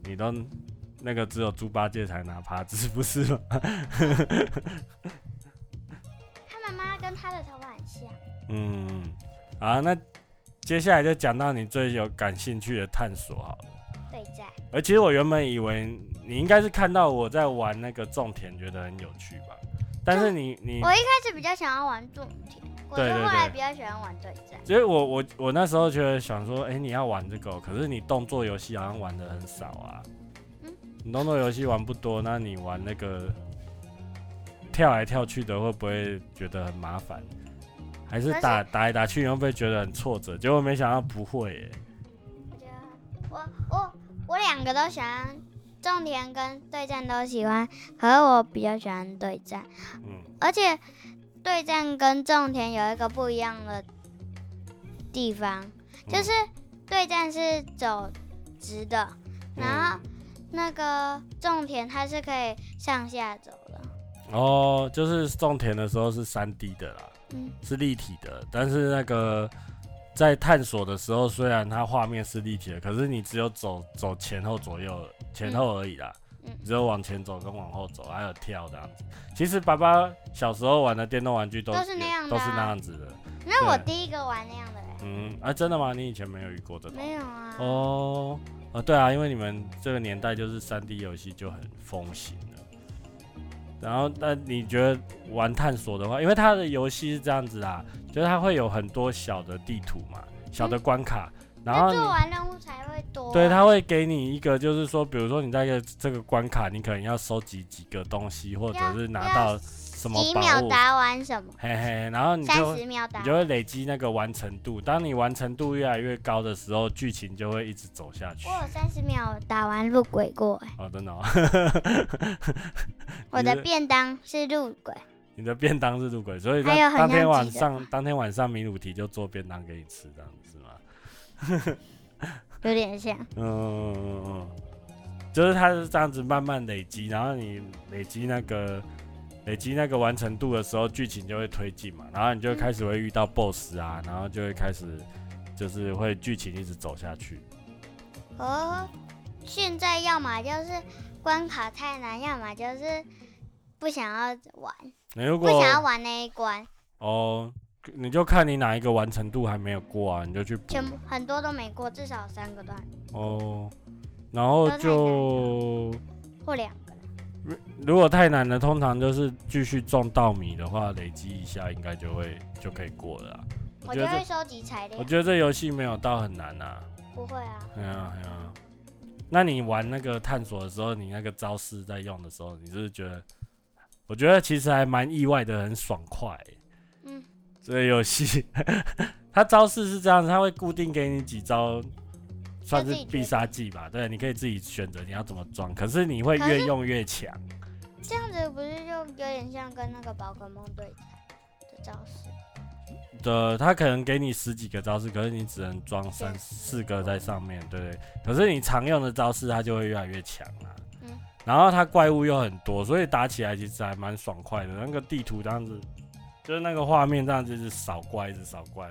[SPEAKER 2] 你都那个只有猪八戒才拿耙子， 不是吗
[SPEAKER 1] 他妈妈跟他的头发很像。？”
[SPEAKER 2] 嗯，好，那接下来就讲到你最有感兴趣的探索好了。
[SPEAKER 1] 对战，
[SPEAKER 2] 而其实我原本以为你应该是看到我在玩那个种田，觉得很有趣吧。但是你你
[SPEAKER 1] 我，一开始比较想要玩种田，我
[SPEAKER 2] 对
[SPEAKER 1] 是
[SPEAKER 2] 对
[SPEAKER 1] 后来
[SPEAKER 2] 对
[SPEAKER 1] 比较喜欢玩对战。
[SPEAKER 2] 所以我我我那时候觉得想说，哎、你要玩这个哦，可是你动作游戏好像玩的很少啊。
[SPEAKER 1] 嗯
[SPEAKER 2] 你动作游戏玩不多，那你玩那个跳来跳去的，会不会觉得很麻烦？还是
[SPEAKER 1] 但是
[SPEAKER 2] 打打来打去，你会不会觉得很挫折？结果没想到不会耶、
[SPEAKER 1] 我觉得我我我两个都喜欢，种田跟对战都喜欢，可是我比较喜欢对战，
[SPEAKER 2] 嗯，
[SPEAKER 1] 而且对战跟种田有一个不一样的地方，
[SPEAKER 2] 嗯
[SPEAKER 1] 就是对战是走直的，
[SPEAKER 2] 嗯
[SPEAKER 1] 然后那个种田它是可以上下走的。
[SPEAKER 2] 嗯哦，就是种田的时候是三 D 的啦，
[SPEAKER 1] 嗯，
[SPEAKER 2] 是立体的，但是那个在探索的时候，虽然它画面是立体的，可是你只有走走前后左右前后而已啦，
[SPEAKER 1] 嗯
[SPEAKER 2] 只有往前走跟往后走，还有跳这样子。其实爸爸小时候玩的电动玩具都
[SPEAKER 1] 都是那样的啊
[SPEAKER 2] 都是那样子的。
[SPEAKER 1] 那我
[SPEAKER 2] 对
[SPEAKER 1] 第一个玩那样的人
[SPEAKER 2] 嗯，啊，真的吗？你以前没有遇过这种？
[SPEAKER 1] 没有啊。
[SPEAKER 2] 哦，啊，对啊，因为你们这个年代就是三 D 游戏就很风行了。然后，那你觉得玩探索的话，因为它的游戏是这样子啦，就是它会有很多小的地图嘛，小的关卡，然
[SPEAKER 1] 嗯那
[SPEAKER 2] 后
[SPEAKER 1] 做
[SPEAKER 2] 你
[SPEAKER 1] 完任务才会多啊、
[SPEAKER 2] 对它会给你一个，就是说，比如说你在这个这个关卡，你可能要收集几个东西，或者是拿到什么
[SPEAKER 1] 几
[SPEAKER 2] 宝
[SPEAKER 1] 秒
[SPEAKER 2] 物，
[SPEAKER 1] 打完什么，
[SPEAKER 2] 嘿嘿，然后你就
[SPEAKER 1] 三十秒打
[SPEAKER 2] 你就会累积那个完成度。当你完成度越来越高的时候，剧情就会一直走下去。
[SPEAKER 1] 我有三十秒打完入轨过、欸，
[SPEAKER 2] 哦，真的、哦，
[SPEAKER 1] 我的
[SPEAKER 2] 是
[SPEAKER 1] 便当是入轨，
[SPEAKER 2] 你的便当是入轨，所以
[SPEAKER 1] 还有
[SPEAKER 2] 当
[SPEAKER 1] 很
[SPEAKER 2] 当天
[SPEAKER 1] 像
[SPEAKER 2] 晚
[SPEAKER 1] 记得
[SPEAKER 2] 上，当天晚上米鲁提就做便当给你吃，这样子是 吗？
[SPEAKER 1] 有点像。
[SPEAKER 2] 嗯嗯嗯嗯，嗯就是它是这样子慢慢累积，然后你累积那个累积那个完成度的时候，剧情就会推进嘛，然后你就开始会遇到 BOSS 啊，然后就会开始就是会剧情一直走下去。
[SPEAKER 1] 哦，现在要么就是关卡太难，要么就是不想要玩，
[SPEAKER 2] 你如
[SPEAKER 1] 不
[SPEAKER 2] 果
[SPEAKER 1] 想要玩那一关，
[SPEAKER 2] 哦，你就看你哪一个完成度还没有过啊，你就去补
[SPEAKER 1] 全部很多都没过，至少三个段
[SPEAKER 2] 哦，然后
[SPEAKER 1] 都太难
[SPEAKER 2] 就
[SPEAKER 1] 或两个了。
[SPEAKER 2] 如果太难了，通常就是继续种稻米的话，累积一下应该就会就可以过了啊、
[SPEAKER 1] 我
[SPEAKER 2] 觉
[SPEAKER 1] 就
[SPEAKER 2] 得
[SPEAKER 1] 会
[SPEAKER 2] 这
[SPEAKER 1] 收集材料
[SPEAKER 2] 我，觉得这游戏没有到很难啊。
[SPEAKER 1] 不会啊，
[SPEAKER 2] 哎呀哎呀，那你玩那个探索的时候，你那个招式在用的时候，你是不是觉得？我觉得其实还蛮意外的，很爽快欸、
[SPEAKER 1] 嗯，
[SPEAKER 2] 这个游戏它招式是这样子，它会固定给你几招，算是
[SPEAKER 1] 自己决
[SPEAKER 2] 必杀技吧。对，你可以自己选择你要怎么装，可是你会
[SPEAKER 1] 可
[SPEAKER 2] 越用越强。
[SPEAKER 1] 这样子不是就有点像跟那个宝可梦对战的招式？
[SPEAKER 2] 的，他可能给你十几个招式，可是你只能装三四个在上面，对不对？可是你常用的招式，它就会越来越强啊。
[SPEAKER 1] 嗯
[SPEAKER 2] 然后它怪物又很多，所以打起来其实还蛮爽快的。那个地图这样子，就是那个画面这样子，就是扫怪，一直扫怪。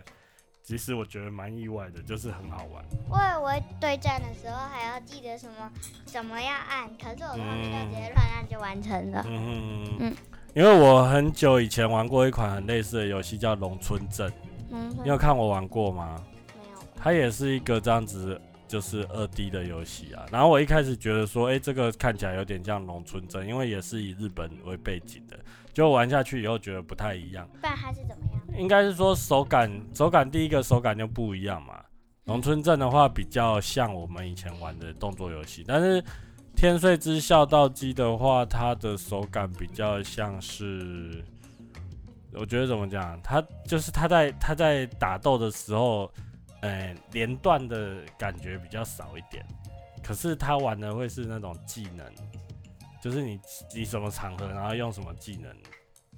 [SPEAKER 2] 其实我觉得蛮意外的，就是很好玩。
[SPEAKER 1] 我以为对战的时候还要记得什么怎么样按，可是我通常就
[SPEAKER 2] 嗯
[SPEAKER 1] 直接乱按就完成了。
[SPEAKER 2] 嗯哼嗯
[SPEAKER 1] 嗯
[SPEAKER 2] 因为我很久以前玩过一款很类似的游戏，叫《龙村镇》，
[SPEAKER 1] 嗯，
[SPEAKER 2] 你有看我玩过吗？
[SPEAKER 1] 没有，
[SPEAKER 2] 它也是一个这样子，就是二 D 的游戏啊。然后我一开始觉得说，哎、这个看起来有点像农村镇，因为也是以日本为背景的。结果玩下去以后觉得不太一样，
[SPEAKER 1] 不然它是怎么样？
[SPEAKER 2] 应该是说手感，手感第一个手感就不一样嘛。农村镇的话比较像我们以前玩的动作游戏，但是《天睡之孝道机》的话，它的手感比较像是，我觉得怎么讲，它就是它在它在打斗的时候，呃，连段的感觉比较少一点，可是它玩的会是那种技能，就是你你什么场合，然后用什么技能，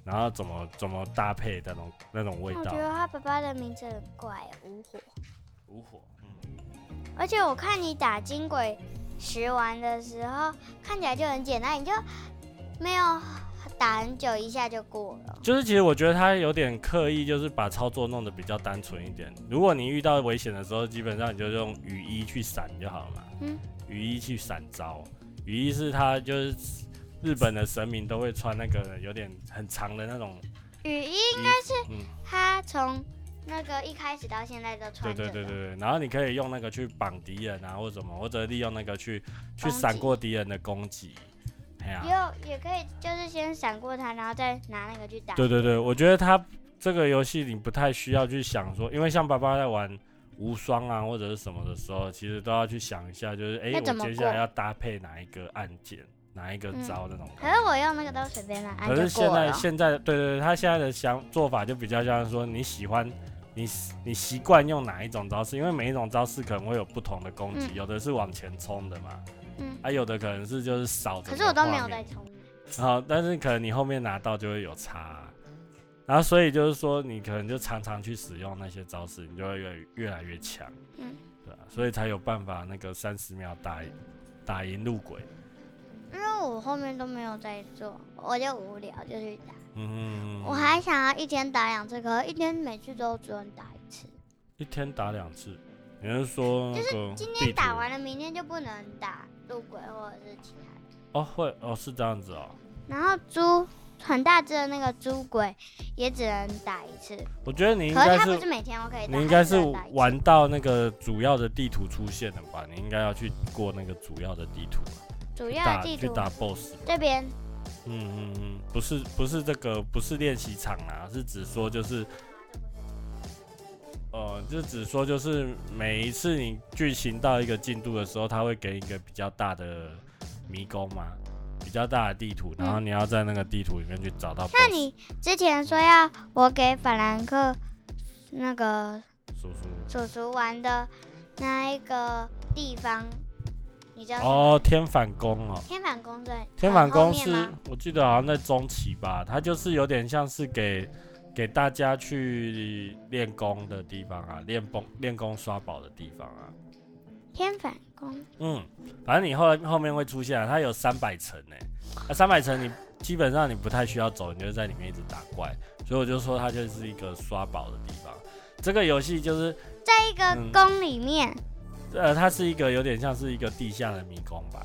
[SPEAKER 2] 然后怎么怎么搭配那种那种味
[SPEAKER 1] 我
[SPEAKER 2] 道
[SPEAKER 1] 觉。得他爸爸的名字很怪，无火。
[SPEAKER 2] 无火，嗯。
[SPEAKER 1] 而且我看你打金鬼石丸的时候，看起来就很简单，你就没有打很久，一下就过了。
[SPEAKER 2] 就是其实我觉得他有点刻意，就是把操作弄得比较单纯一点。如果你遇到危险的时候，基本上你就用雨衣去闪就好了嘛。
[SPEAKER 1] 嗯，
[SPEAKER 2] 雨衣去闪招，雨衣是他就是日本的神明都会穿那个有点很长的那种
[SPEAKER 1] 雨衣
[SPEAKER 2] 应该是嗯，
[SPEAKER 1] 他从那个一开始到现在都
[SPEAKER 2] 对
[SPEAKER 1] 穿着
[SPEAKER 2] 对
[SPEAKER 1] 的，
[SPEAKER 2] 对对对。然后你可以用那个去绑敌人啊，或者什么，或者利用那个去去
[SPEAKER 1] 攻击
[SPEAKER 2] 闪过敌人的攻击。哎呀、
[SPEAKER 1] 也有也可以就是先闪过他，然后再拿那个去打。
[SPEAKER 2] 对对对，我觉得他这个游戏你不太需要去想说，因为像爸爸在玩无双啊或者是什么的时候，其实都要去想一下，就是哎、
[SPEAKER 1] 要
[SPEAKER 2] 我
[SPEAKER 1] 怎么
[SPEAKER 2] 接下来
[SPEAKER 1] 过
[SPEAKER 2] 要搭配哪一个按键，哪一个招那种感觉。
[SPEAKER 1] 可是我用那个都随便乱按
[SPEAKER 2] 可是
[SPEAKER 1] 就
[SPEAKER 2] 现
[SPEAKER 1] 过
[SPEAKER 2] 在
[SPEAKER 1] 了。哦
[SPEAKER 2] 现在对对对，他现在的想做法就比较像是说你喜欢你你习惯用哪一种招式，因为每一种招式可能会有不同的攻击，
[SPEAKER 1] 嗯
[SPEAKER 2] 有的是往前冲的嘛，
[SPEAKER 1] 嗯
[SPEAKER 2] 啊有的可能是就是扫。
[SPEAKER 1] 可是我都没有在。冲。
[SPEAKER 2] 好，但是可能你后面拿到就会有差啊、然后所以就是说，你可能就常常去使用那些招式，你就会越越来越强，
[SPEAKER 1] 嗯，
[SPEAKER 2] 对啊，所以才有办法那个三十秒打赢打赢路鬼，
[SPEAKER 1] 因为我后面都没有在做，我就无聊就去打。
[SPEAKER 2] 嗯，
[SPEAKER 1] 我还想要一天打两次，可是一天每次都只能打一次。
[SPEAKER 2] 一天打两次，你是说那个
[SPEAKER 1] 今
[SPEAKER 2] 地
[SPEAKER 1] 天打
[SPEAKER 2] 图
[SPEAKER 1] 完了，明天就不能打路鬼或者是其他的。
[SPEAKER 2] 哦会哦是这样子哦，
[SPEAKER 1] 然后猪很大只的那个猪鬼也只能打一次，
[SPEAKER 2] 我觉得你应
[SPEAKER 1] 可
[SPEAKER 2] 该
[SPEAKER 1] 是它不
[SPEAKER 2] 是
[SPEAKER 1] 是每天都可以打，
[SPEAKER 2] 你应该
[SPEAKER 1] 它只
[SPEAKER 2] 是
[SPEAKER 1] 能打一次
[SPEAKER 2] 玩到那个主要的地图出现了吧？你应该要去过那个主要的地图，
[SPEAKER 1] 主要
[SPEAKER 2] 打
[SPEAKER 1] 的地
[SPEAKER 2] 去
[SPEAKER 1] 图
[SPEAKER 2] 打 BOSS。
[SPEAKER 1] 这边
[SPEAKER 2] 嗯嗯嗯，不是不是这个不是练习场啊，是指说就是，呃，就只说就是每一次你剧情到一个进度的时候，它会给你一个比较大的迷宫嘛，比较大的地图，然后你要在那个地图里面去找到 BOSS。
[SPEAKER 1] 那你之前说要我给法兰克那个
[SPEAKER 2] 叔叔
[SPEAKER 1] 叔叔玩的那一个地方，你知道是
[SPEAKER 2] 哦，天反攻哦。
[SPEAKER 1] 天反宫对，
[SPEAKER 2] 天反
[SPEAKER 1] 很
[SPEAKER 2] 宫
[SPEAKER 1] 后面
[SPEAKER 2] 是
[SPEAKER 1] 吗
[SPEAKER 2] 我记得好像在中期吧，它就是有点像是给给大家去练功的地方啊，练功练功刷宝的地方啊。
[SPEAKER 1] 天反宫，
[SPEAKER 2] 嗯，反正你后后面会出现、啊，它有三百层呢。那三百层你基本上你不太需要走，你就在里面一直打怪，所以我就说它就是一个刷宝的地方。这个游戏就是
[SPEAKER 1] 在一个
[SPEAKER 2] 嗯
[SPEAKER 1] 宫里面，
[SPEAKER 2] 呃，它是一个有点像是一个地下的迷宫吧。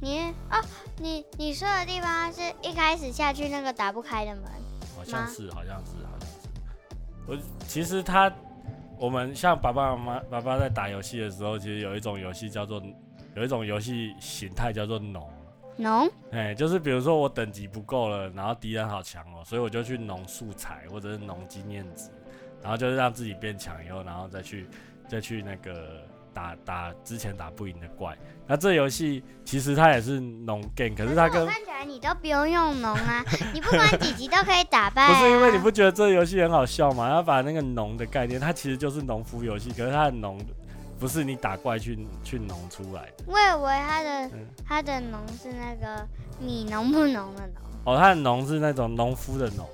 [SPEAKER 1] 你哦，你你说的地方是一开始下去那个打不开的门，
[SPEAKER 2] 好像
[SPEAKER 1] 吗
[SPEAKER 2] 是，好像是，好像是。我其实他，我们像爸爸妈妈、爸爸在打游戏的时候，其实有一种游戏叫做，有一种游戏形态叫做农，
[SPEAKER 1] 农
[SPEAKER 2] 哎、就是比如说我等级不够了，然后敌人好强哦、所以我就去农素材或者是农经验值，然后就是让自己变强以后，然后再去再去那个打打之前打不赢的怪。那这游戏其实它也是农 game，可是它
[SPEAKER 1] 我
[SPEAKER 2] 跟
[SPEAKER 1] 看起来你都不用用农啊，你不管几级都可以打败、
[SPEAKER 2] 不
[SPEAKER 1] 啊。
[SPEAKER 2] 是因为你不觉得这个游戏很好笑吗？他把那个农的概念，它其实就是农夫游戏，可是它的农不是你打怪去去农出来的
[SPEAKER 1] 我以为他的
[SPEAKER 2] 嗯
[SPEAKER 1] 他的农是那个你农不农的农，
[SPEAKER 2] 哦，它的农是那种农夫的农，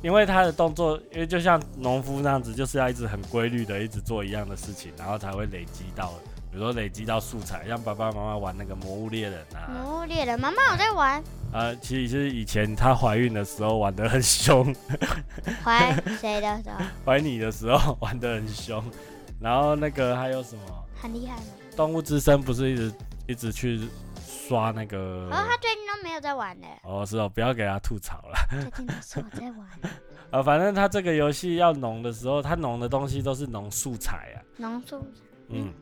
[SPEAKER 2] 因为它的动作，因为就像农夫那样子，就是要一直很规律的一直做一样的事情，然后才会累积到，比如说累积到素材，像爸爸妈妈玩那个魔物猎人啊，
[SPEAKER 1] 魔物猎人。妈妈我在 玩
[SPEAKER 2] 啊，其实是以前她怀孕的时候玩的很凶，
[SPEAKER 1] 怀谁的时候
[SPEAKER 2] 怀你的时候 玩的很凶，然后那个还有什么？
[SPEAKER 1] 很厉害吗？
[SPEAKER 2] 动物之声不是一直一直去刷那个
[SPEAKER 1] 然后他最近都没有在玩嘞，
[SPEAKER 2] 哦是哦，不要给他吐槽了
[SPEAKER 1] 最近都是我在玩
[SPEAKER 2] 啊。反正他这个游戏要农的时候，他农的东西都是农素材啊，
[SPEAKER 1] 农树。
[SPEAKER 2] 嗯，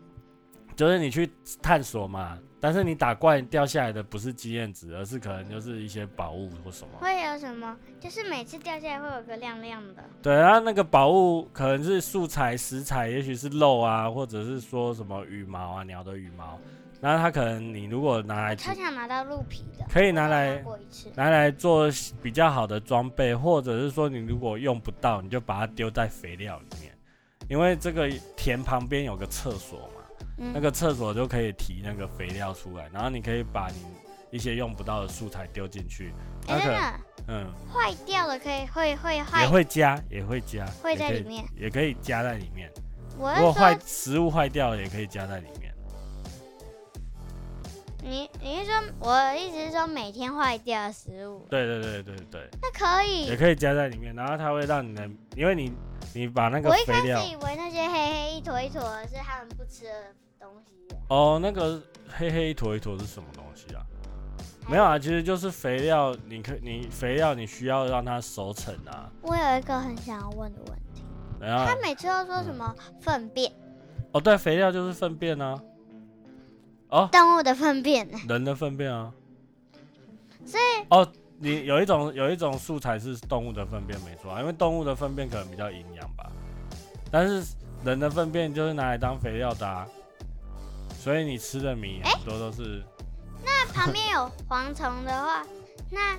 [SPEAKER 2] 就是你去探索嘛。但是你打怪掉下来的不是经验值，而是可能就是一些宝物或什么。
[SPEAKER 1] 会有什么？就是每次掉下来会有个亮亮的，
[SPEAKER 2] 对，然后那个宝物可能是素材、食材，也许是肉啊，或者是说什么羽毛啊，鸟的羽毛。然后它可能你如果拿来煮
[SPEAKER 1] 超想拿到鹿皮的。
[SPEAKER 2] 可以拿
[SPEAKER 1] 我
[SPEAKER 2] 来
[SPEAKER 1] 过一次，
[SPEAKER 2] 拿来做比较好的装备，或者是说你如果用不到，你就把它丢在肥料里面，因为这个田旁边有个厕所嘛，
[SPEAKER 1] 嗯
[SPEAKER 2] 那个厕所就可以提那个肥料出来，然后你可以把你一些用不到的素材丢进去，
[SPEAKER 1] 哎
[SPEAKER 2] 那
[SPEAKER 1] 真
[SPEAKER 2] 可能
[SPEAKER 1] 的
[SPEAKER 2] 嗯
[SPEAKER 1] 坏掉了可以会会
[SPEAKER 2] 也
[SPEAKER 1] 坏，
[SPEAKER 2] 会加也会加，
[SPEAKER 1] 会
[SPEAKER 2] 也
[SPEAKER 1] 在
[SPEAKER 2] 可以
[SPEAKER 1] 里面，
[SPEAKER 2] 也可以加在里面，
[SPEAKER 1] 我
[SPEAKER 2] 如果
[SPEAKER 1] 是
[SPEAKER 2] 坏
[SPEAKER 1] 说
[SPEAKER 2] 食物坏掉了也可以加在里面，
[SPEAKER 1] 你你是说我的意思是说每天坏掉的食物，
[SPEAKER 2] 对对对对对，
[SPEAKER 1] 那可以
[SPEAKER 2] 也。可以加在里面，然后它会让你的，因为你你把那个
[SPEAKER 1] 我一
[SPEAKER 2] 肥
[SPEAKER 1] 开
[SPEAKER 2] 料
[SPEAKER 1] 始。以为那些黑黑一坨一坨的是他们不吃的东西，
[SPEAKER 2] 哦，那个黑黑一坨一坨是什么东西啊？没有啊，其实就是肥料，你可你肥料你需要让它熟成啊，
[SPEAKER 1] 我有一个很想要问的问题，
[SPEAKER 2] 然
[SPEAKER 1] 他
[SPEAKER 2] 后
[SPEAKER 1] 每次都说什么粪便，
[SPEAKER 2] 哦对，肥料就是粪便啊，哦
[SPEAKER 1] 动物的粪便，
[SPEAKER 2] 人的粪便啊，
[SPEAKER 1] 所
[SPEAKER 2] 以哦你有一种有一种素材是动物的粪便没错啊，因为动物的粪便可能比较营养吧，但是人的粪便就是拿来当肥料的、啊，所以你吃的米很多都是、
[SPEAKER 1] 那旁边有蝗虫的话，那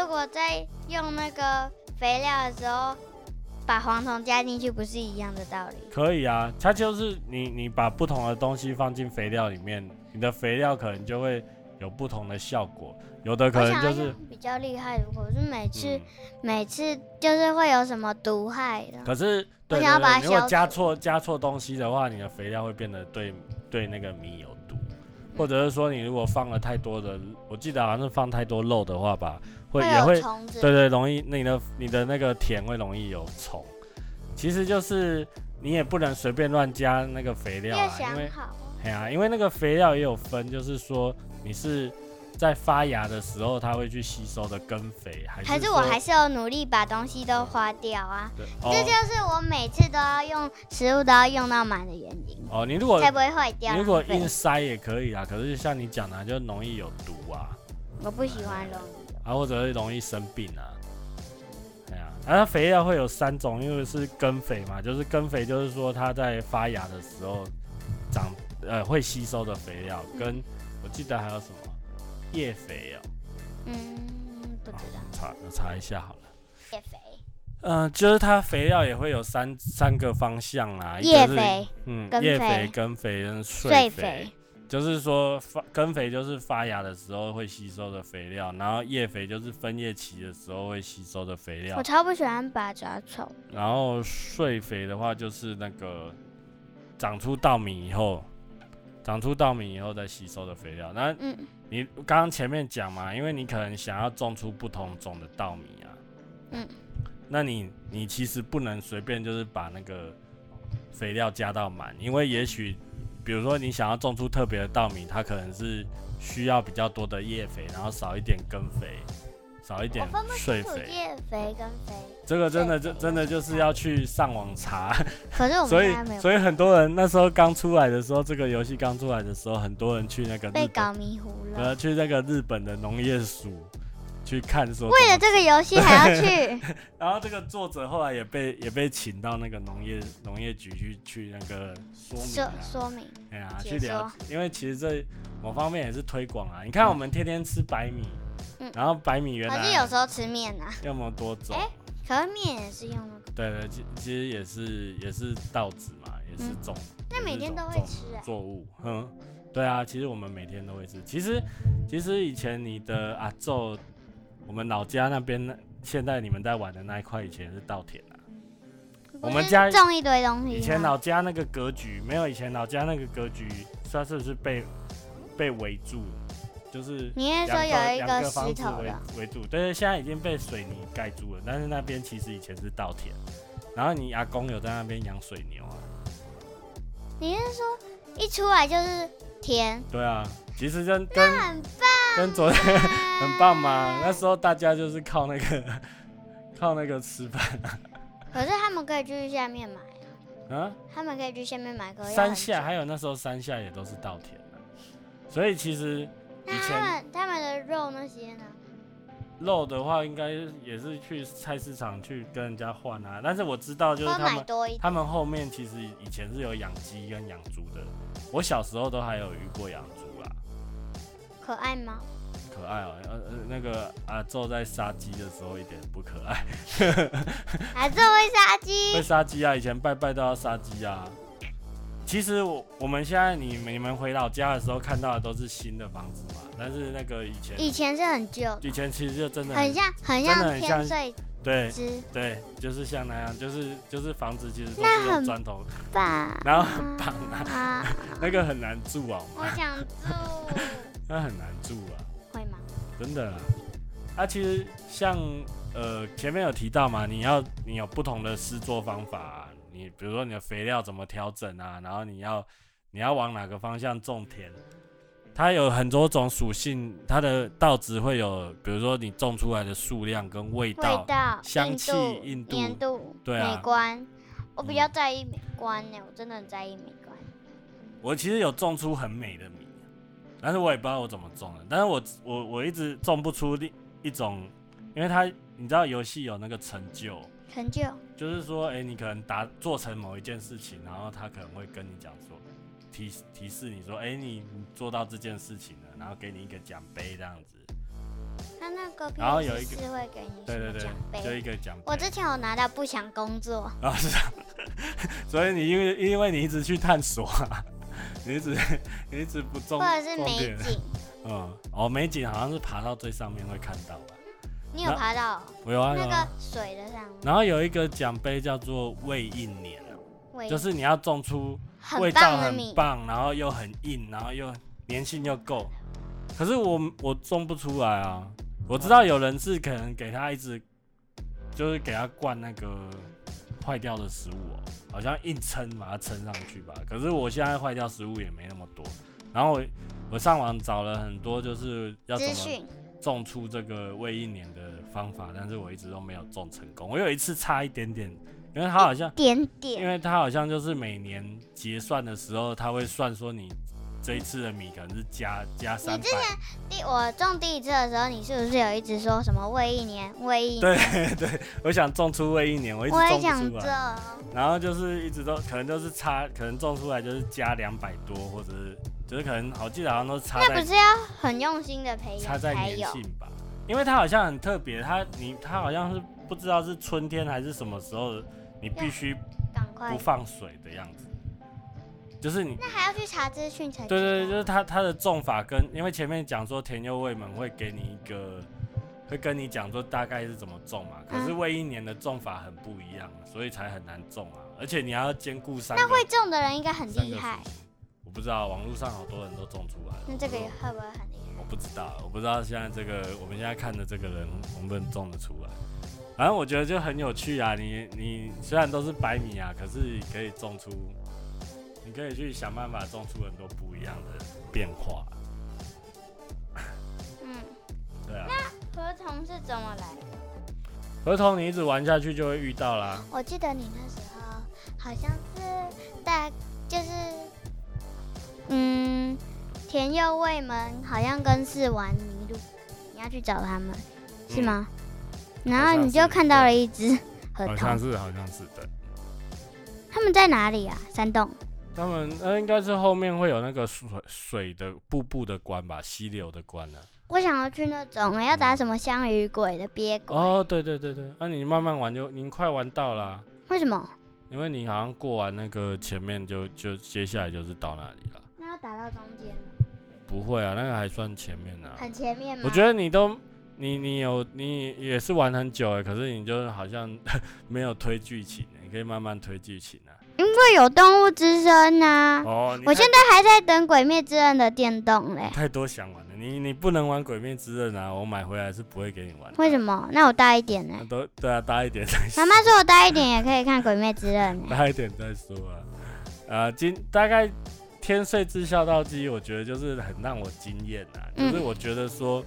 [SPEAKER 1] 如果在用那个肥料的时候把蝗虫加进去，不是一样的道理？
[SPEAKER 2] 可以啊，它就是你你把不同的东西放进肥料里面，你的肥料可能就会有不同的效果，有的可
[SPEAKER 1] 我
[SPEAKER 2] 能
[SPEAKER 1] 想要
[SPEAKER 2] 就是
[SPEAKER 1] 用比较较厉害的，我是每次、
[SPEAKER 2] 嗯
[SPEAKER 1] 每次就是会有什么毒害的。
[SPEAKER 2] 可是，对
[SPEAKER 1] 想要
[SPEAKER 2] 对
[SPEAKER 1] 把它
[SPEAKER 2] 对，如果
[SPEAKER 1] 消
[SPEAKER 2] 加
[SPEAKER 1] 除
[SPEAKER 2] 错加错东西的话，你的肥料会变得对对那个米有毒，或者是说你如果放了太多的，我记得好像是放太多肉的话吧，会也
[SPEAKER 1] 有
[SPEAKER 2] 会
[SPEAKER 1] 虫子，
[SPEAKER 2] 对对容易那你的你的那个田会容易有虫。其实就是你也不能随便乱加那个肥料
[SPEAKER 1] 要
[SPEAKER 2] 啊，因
[SPEAKER 1] 想
[SPEAKER 2] 为
[SPEAKER 1] 好。
[SPEAKER 2] 哎呀、因为那个肥料也有分，就是说你是在发芽的时候它会去吸收的根肥，还是
[SPEAKER 1] 还是
[SPEAKER 2] 说
[SPEAKER 1] 我还是要努力把东西都花掉啊！
[SPEAKER 2] 对
[SPEAKER 1] 这
[SPEAKER 2] 哦
[SPEAKER 1] 就是我每次都要用食物都要用到满的原因，
[SPEAKER 2] 哦，你如果
[SPEAKER 1] 才不会啊坏掉。
[SPEAKER 2] 你如果
[SPEAKER 1] 浪费
[SPEAKER 2] 硬塞也可以啊，可是就像你讲的、啊，就容易有毒啊，
[SPEAKER 1] 我不喜欢容易
[SPEAKER 2] 啊或者是容易生病啊。对啊，啊它肥料会有三种，因为是根肥嘛，就是根肥就是说它在发芽的时候长呃会吸收的肥料，跟我记得还有什么叶肥哦，
[SPEAKER 1] 嗯，不知道
[SPEAKER 2] 查我查一下好了。
[SPEAKER 1] 叶肥，
[SPEAKER 2] 嗯、就是它肥料也会有三三个方向啦，一
[SPEAKER 1] 叶
[SPEAKER 2] 个是，
[SPEAKER 1] 肥、
[SPEAKER 2] 嗯，
[SPEAKER 1] 根
[SPEAKER 2] 叶
[SPEAKER 1] 肥
[SPEAKER 2] 肥、根肥跟
[SPEAKER 1] 穗肥
[SPEAKER 2] 穗肥，就是说发根肥就是发芽的时候会吸收的肥料，然后叶肥就是分叶期的时候会吸收的肥料
[SPEAKER 1] 我，超不喜欢把杂草。
[SPEAKER 2] 然后穗肥的话就是那个长出稻米以后，长出稻米以后再吸收的肥料。那
[SPEAKER 1] 嗯
[SPEAKER 2] 你刚刚前面讲嘛，因为你可能想要种出不同种的稻米啊，
[SPEAKER 1] 嗯，
[SPEAKER 2] 那你你其实不能随便就是把那个哦肥料加到满，因为也许比如说你想要种出特别的稻米，它可能是需要比较多的叶肥，然后少一点根肥，少一点
[SPEAKER 1] 我分不
[SPEAKER 2] 穗
[SPEAKER 1] 土
[SPEAKER 2] 肥，
[SPEAKER 1] 叶肥跟肥，
[SPEAKER 2] 这个真的
[SPEAKER 1] 穗
[SPEAKER 2] 就
[SPEAKER 1] 肥
[SPEAKER 2] 真的就是要去上网查。
[SPEAKER 1] 可是我
[SPEAKER 2] 所
[SPEAKER 1] 们
[SPEAKER 2] 以
[SPEAKER 1] 家没有
[SPEAKER 2] 所以很多人那时候刚出来的时候，这个游戏刚出来的时候，很多人去那个
[SPEAKER 1] 被
[SPEAKER 2] 日本，
[SPEAKER 1] 搞迷糊了
[SPEAKER 2] 呃，。去那个日本的农业署去看说怎么，
[SPEAKER 1] 为了这个游戏还要 去，
[SPEAKER 2] 然后这个作者后来也被也被请到那个农业农业局去去那个说明、
[SPEAKER 1] 说
[SPEAKER 2] 啊，
[SPEAKER 1] 说明，
[SPEAKER 2] 哎呀、
[SPEAKER 1] 解
[SPEAKER 2] 去了
[SPEAKER 1] 说，
[SPEAKER 2] 因为其实这某方面也是推广啊。你看我们天天吃白米，
[SPEAKER 1] 嗯
[SPEAKER 2] 然后白米原
[SPEAKER 1] 可是有
[SPEAKER 2] 来
[SPEAKER 1] 时候吃面啊，
[SPEAKER 2] 那么多种，
[SPEAKER 1] 哎可是面也是用那个，
[SPEAKER 2] 对对，其其实也是也是稻子嘛，也是
[SPEAKER 1] 嗯
[SPEAKER 2] 种，
[SPEAKER 1] 那
[SPEAKER 2] 也是
[SPEAKER 1] 每天
[SPEAKER 2] 种
[SPEAKER 1] 都会
[SPEAKER 2] 种
[SPEAKER 1] 吃啊。
[SPEAKER 2] 作物，哼，对啊，其实我们每天都会吃。其实，其实以前你的阿昼，我们老家那边那，现在你们在玩的那一块，以前是稻田啊。我们
[SPEAKER 1] 不是
[SPEAKER 2] 家
[SPEAKER 1] 种一堆东西吗，
[SPEAKER 2] 以前老家那个格局没有，以前老家那个格局，它是不是被被围住？就是
[SPEAKER 1] 你是
[SPEAKER 2] 两
[SPEAKER 1] 说
[SPEAKER 2] 个
[SPEAKER 1] 有一
[SPEAKER 2] 两个
[SPEAKER 1] 石
[SPEAKER 2] 房子
[SPEAKER 1] 头的，
[SPEAKER 2] 围围住，但是现在已经被水泥盖住了。但是那边其实以前是稻田，然后你阿公有在那边养水牛啊。
[SPEAKER 1] 你是说一出来就是田，
[SPEAKER 2] 对啊，其实跟跟
[SPEAKER 1] 很
[SPEAKER 2] 跟昨天 很棒嘛，那时候大家就是靠那个 靠那个吃饭
[SPEAKER 1] 可是他们可以去下面买，
[SPEAKER 2] 啊，
[SPEAKER 1] 他们可以去下面买，可是要
[SPEAKER 2] 山
[SPEAKER 1] 很
[SPEAKER 2] 下
[SPEAKER 1] 久
[SPEAKER 2] 还有那时候山下也都是稻田啊所以其实以
[SPEAKER 1] 那他
[SPEAKER 2] 前
[SPEAKER 1] 们他们的肉那些呢？
[SPEAKER 2] 肉的话，应该也是去菜市场去跟人家换啊。但是我知道，就是
[SPEAKER 1] 会
[SPEAKER 2] 他
[SPEAKER 1] 买
[SPEAKER 2] 们
[SPEAKER 1] 多一点，
[SPEAKER 2] 他们后面其实以前是有养鸡跟养猪的。我小时候都还有遇过养猪啦，
[SPEAKER 1] 可爱吗？
[SPEAKER 2] 可爱哦、呃呃，那个阿宙在杀鸡的时候一点不可爱，
[SPEAKER 1] 还是会杀鸡
[SPEAKER 2] 会？杀鸡啊！以前拜拜都要杀鸡啊。其实我我们现在你们你们回老家的时候看到的都是新的房子嘛，但是那个以前
[SPEAKER 1] 以前是很旧，
[SPEAKER 2] 以前其实就真的
[SPEAKER 1] 很
[SPEAKER 2] 很
[SPEAKER 1] 像很
[SPEAKER 2] 真的
[SPEAKER 1] 像
[SPEAKER 2] 很
[SPEAKER 1] 天
[SPEAKER 2] 像
[SPEAKER 1] 穗
[SPEAKER 2] 对
[SPEAKER 1] 枝
[SPEAKER 2] 对，就是像那样，就是就是房子其实都
[SPEAKER 1] 那
[SPEAKER 2] 是用
[SPEAKER 1] 很
[SPEAKER 2] 砖头
[SPEAKER 1] 吧？
[SPEAKER 2] 然后很棒啊，
[SPEAKER 1] 啊，
[SPEAKER 2] 那个很难住啊，
[SPEAKER 1] 我想住，
[SPEAKER 2] 那很难住啊，
[SPEAKER 1] 会吗？
[SPEAKER 2] 真的啊。啊，其实像呃前面有提到嘛，你要你有不同的施作方法啊、你比如说你的肥料怎么调整啊，然后你要你要往哪个方向种田，它有很多种属性，它的稻值会有，比如说你种出来的数量跟味道，
[SPEAKER 1] 味道、
[SPEAKER 2] 香
[SPEAKER 1] 硬
[SPEAKER 2] 气
[SPEAKER 1] 度
[SPEAKER 2] 硬度
[SPEAKER 1] 粘度、
[SPEAKER 2] 对啊
[SPEAKER 1] 美观。我比
[SPEAKER 2] 嗯
[SPEAKER 1] 较在意美观呢、我真的很在意美观。
[SPEAKER 2] 我其实有种出很美的米，但是我也不知道我怎么种的。但是我我我一直种不出另一种，因为它你知道游戏有那个成就，
[SPEAKER 1] 成就
[SPEAKER 2] 就是说，哎、你可能达做成某一件事情，然后他可能会跟你讲说，提提示你说，哎、你你做到这件事情了，然后给你一个奖杯这样子。
[SPEAKER 1] 他那个
[SPEAKER 2] 然后有一
[SPEAKER 1] PS
[SPEAKER 2] 个
[SPEAKER 1] 四会给你
[SPEAKER 2] 对
[SPEAKER 1] 什
[SPEAKER 2] 对
[SPEAKER 1] 么奖
[SPEAKER 2] 对，就
[SPEAKER 1] 杯？
[SPEAKER 2] 一个奖杯。
[SPEAKER 1] 我之前有拿到不想工作，
[SPEAKER 2] 啊，是啊， 所以你因为因为你一直去探索、啊，你一直你一直不种，
[SPEAKER 1] 或者是
[SPEAKER 2] 种
[SPEAKER 1] 美
[SPEAKER 2] 田
[SPEAKER 1] 景，
[SPEAKER 2] 嗯，哦，美景好像是爬到最上面会看到吧？
[SPEAKER 1] 你有
[SPEAKER 2] 那
[SPEAKER 1] 爬到哦
[SPEAKER 2] 我有啊有
[SPEAKER 1] 那
[SPEAKER 2] 啊
[SPEAKER 1] 个。水的上面？
[SPEAKER 2] 然后有一个奖杯叫做胃硬年，
[SPEAKER 1] 味
[SPEAKER 2] 就是你要种出味
[SPEAKER 1] 很
[SPEAKER 2] 道
[SPEAKER 1] 棒的
[SPEAKER 2] 很
[SPEAKER 1] 米，
[SPEAKER 2] 棒，然后又很硬，然后又粘性又够。可是我我种不出来啊！我知道有人是可能给他一直，就是给他灌那个坏掉的食物哦、好像硬撑把它撑上去吧。可是我现在坏掉食物也没那么多，然后我我上网找了很多就是要怎
[SPEAKER 1] 资
[SPEAKER 2] 么
[SPEAKER 1] 讯
[SPEAKER 2] 种出这个胃一年的方法，但是我一直都没有种成功。我有一次差一点点，因为它好像
[SPEAKER 1] 点
[SPEAKER 2] 因
[SPEAKER 1] 点
[SPEAKER 2] 为它好像就是每年结算的时候，它会算说你这一次的米可能是加加三百，
[SPEAKER 1] 第我种第一次的时候，你是不是有一直说什么喂一年喂一年？
[SPEAKER 2] 对对，我想种出喂一年，我一直
[SPEAKER 1] 我也
[SPEAKER 2] 种
[SPEAKER 1] 想啊
[SPEAKER 2] 不出来，
[SPEAKER 1] 种，
[SPEAKER 2] 然后就是一直都可能就是差，可能种出来就是加两百多，或者是就是可能我记得好像都是差
[SPEAKER 1] 那
[SPEAKER 2] 在
[SPEAKER 1] 不是要很用心的培
[SPEAKER 2] 差
[SPEAKER 1] 养
[SPEAKER 2] 在
[SPEAKER 1] 才
[SPEAKER 2] 粘
[SPEAKER 1] 有
[SPEAKER 2] 性吧，因为它好像很特别，它你它好像是不知道是春天还是什么时候，你必须
[SPEAKER 1] 赶
[SPEAKER 2] 不
[SPEAKER 1] 快，
[SPEAKER 2] 放水的样子，就是你
[SPEAKER 1] 那还要去查资讯才
[SPEAKER 2] 对对，对，就是
[SPEAKER 1] 对，
[SPEAKER 2] 它它的种法跟，因为前面讲说田右卫们会给你一个，会跟你讲说大概是怎么种嘛。可是
[SPEAKER 1] 嗯
[SPEAKER 2] 魏一年的种法很不一样，所以才很难种啊。而且你还要兼顾三个
[SPEAKER 1] 那会种的人应该很
[SPEAKER 2] 三
[SPEAKER 1] 厉
[SPEAKER 2] 个
[SPEAKER 1] 害
[SPEAKER 2] 属，性。我不知道，网络上好多人都种出来了。
[SPEAKER 1] 那这个
[SPEAKER 2] 我
[SPEAKER 1] 会不会很厉害？
[SPEAKER 2] 我不知道，我不知道现在这个我们现在看的这个人能不能种得出来。反正我觉得就很有趣啊，你你虽然都是百米啊，可是你可以种出，你可以去想办法种出很多不一样的变化。
[SPEAKER 1] 嗯，
[SPEAKER 2] 对啊，
[SPEAKER 1] 合同是怎么来的？
[SPEAKER 2] 合同你一直玩下去就会遇到啦。
[SPEAKER 1] 我记得你那时候好像是大就是嗯，田右卫门好像跟是玩迷路，你要去找他们是吗？然
[SPEAKER 2] 好
[SPEAKER 1] 后
[SPEAKER 2] 像
[SPEAKER 1] 你就是看到了一只河
[SPEAKER 2] 嗯好
[SPEAKER 1] 童，
[SPEAKER 2] 像是，好像是对。
[SPEAKER 1] 他们在哪里啊？山洞。
[SPEAKER 2] 他们呃，应该是后面会有那个水水的瀑布的关吧，溪流的关啊呢、
[SPEAKER 1] 我想要去那种要打什么香鱼鬼的鳖鬼，
[SPEAKER 2] 哦，对对对对，那、你慢慢玩就，你快玩到啦，
[SPEAKER 1] 为什么？
[SPEAKER 2] 因为你好像过完那个前面就就接下来就是到那里了。
[SPEAKER 1] 那要打到中间，
[SPEAKER 2] 不会啊，那个还算前面呢、
[SPEAKER 1] 很啊前面吗？
[SPEAKER 2] 我觉得你都你你有你也是玩很久哎，可是你就好像 没有推剧情欸，你可以慢慢推剧情啊。
[SPEAKER 1] 因为有动物之声呐、啊。
[SPEAKER 2] 哦，你
[SPEAKER 1] 我
[SPEAKER 2] 太
[SPEAKER 1] 现在还在等《鬼灭之刃》的电动嘞，
[SPEAKER 2] 太多想玩了，你你不能玩《鬼灭之刃》啊，我买回来是不会给你玩的。
[SPEAKER 1] 为什么？那我大一点呢
[SPEAKER 2] 那？都对啊，大一点再
[SPEAKER 1] 妈妈说我大一点也可以看《鬼灭之刃》呢。
[SPEAKER 2] 大一点再说啊。 啊，今大概《天睡之孝道记》，我觉得就是很让我惊艳啊，
[SPEAKER 1] 嗯
[SPEAKER 2] 就是我觉得说，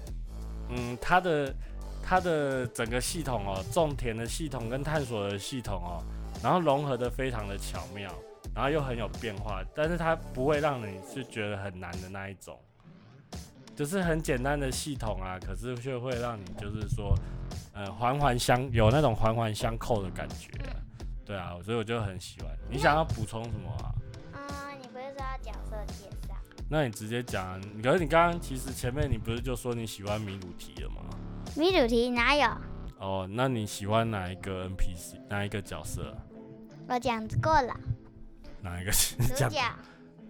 [SPEAKER 2] 嗯，它的它的整个系统哦，种田的系统跟探索的系统哦，然后融合的非常的巧妙，然后又很有变化，但是它不会让你是觉得很难的那一种。就是很简单的系统啊，可是却会让你就是说，呃，环环相有那种环环相扣的感觉啊、对啊，所以我就很喜欢。你想要补充什么啊？
[SPEAKER 1] 嗯，你不是说要角色介绍？
[SPEAKER 2] 那你直接讲啊。你可是你刚刚其实前面你不是就说你喜欢米鲁提了吗？
[SPEAKER 1] 米主题哪有？
[SPEAKER 2] 哦，那你喜欢哪一个 NPC？哪一个角色？
[SPEAKER 1] 我讲过了，
[SPEAKER 2] 哪一个
[SPEAKER 1] 主
[SPEAKER 2] 讲？
[SPEAKER 1] 角。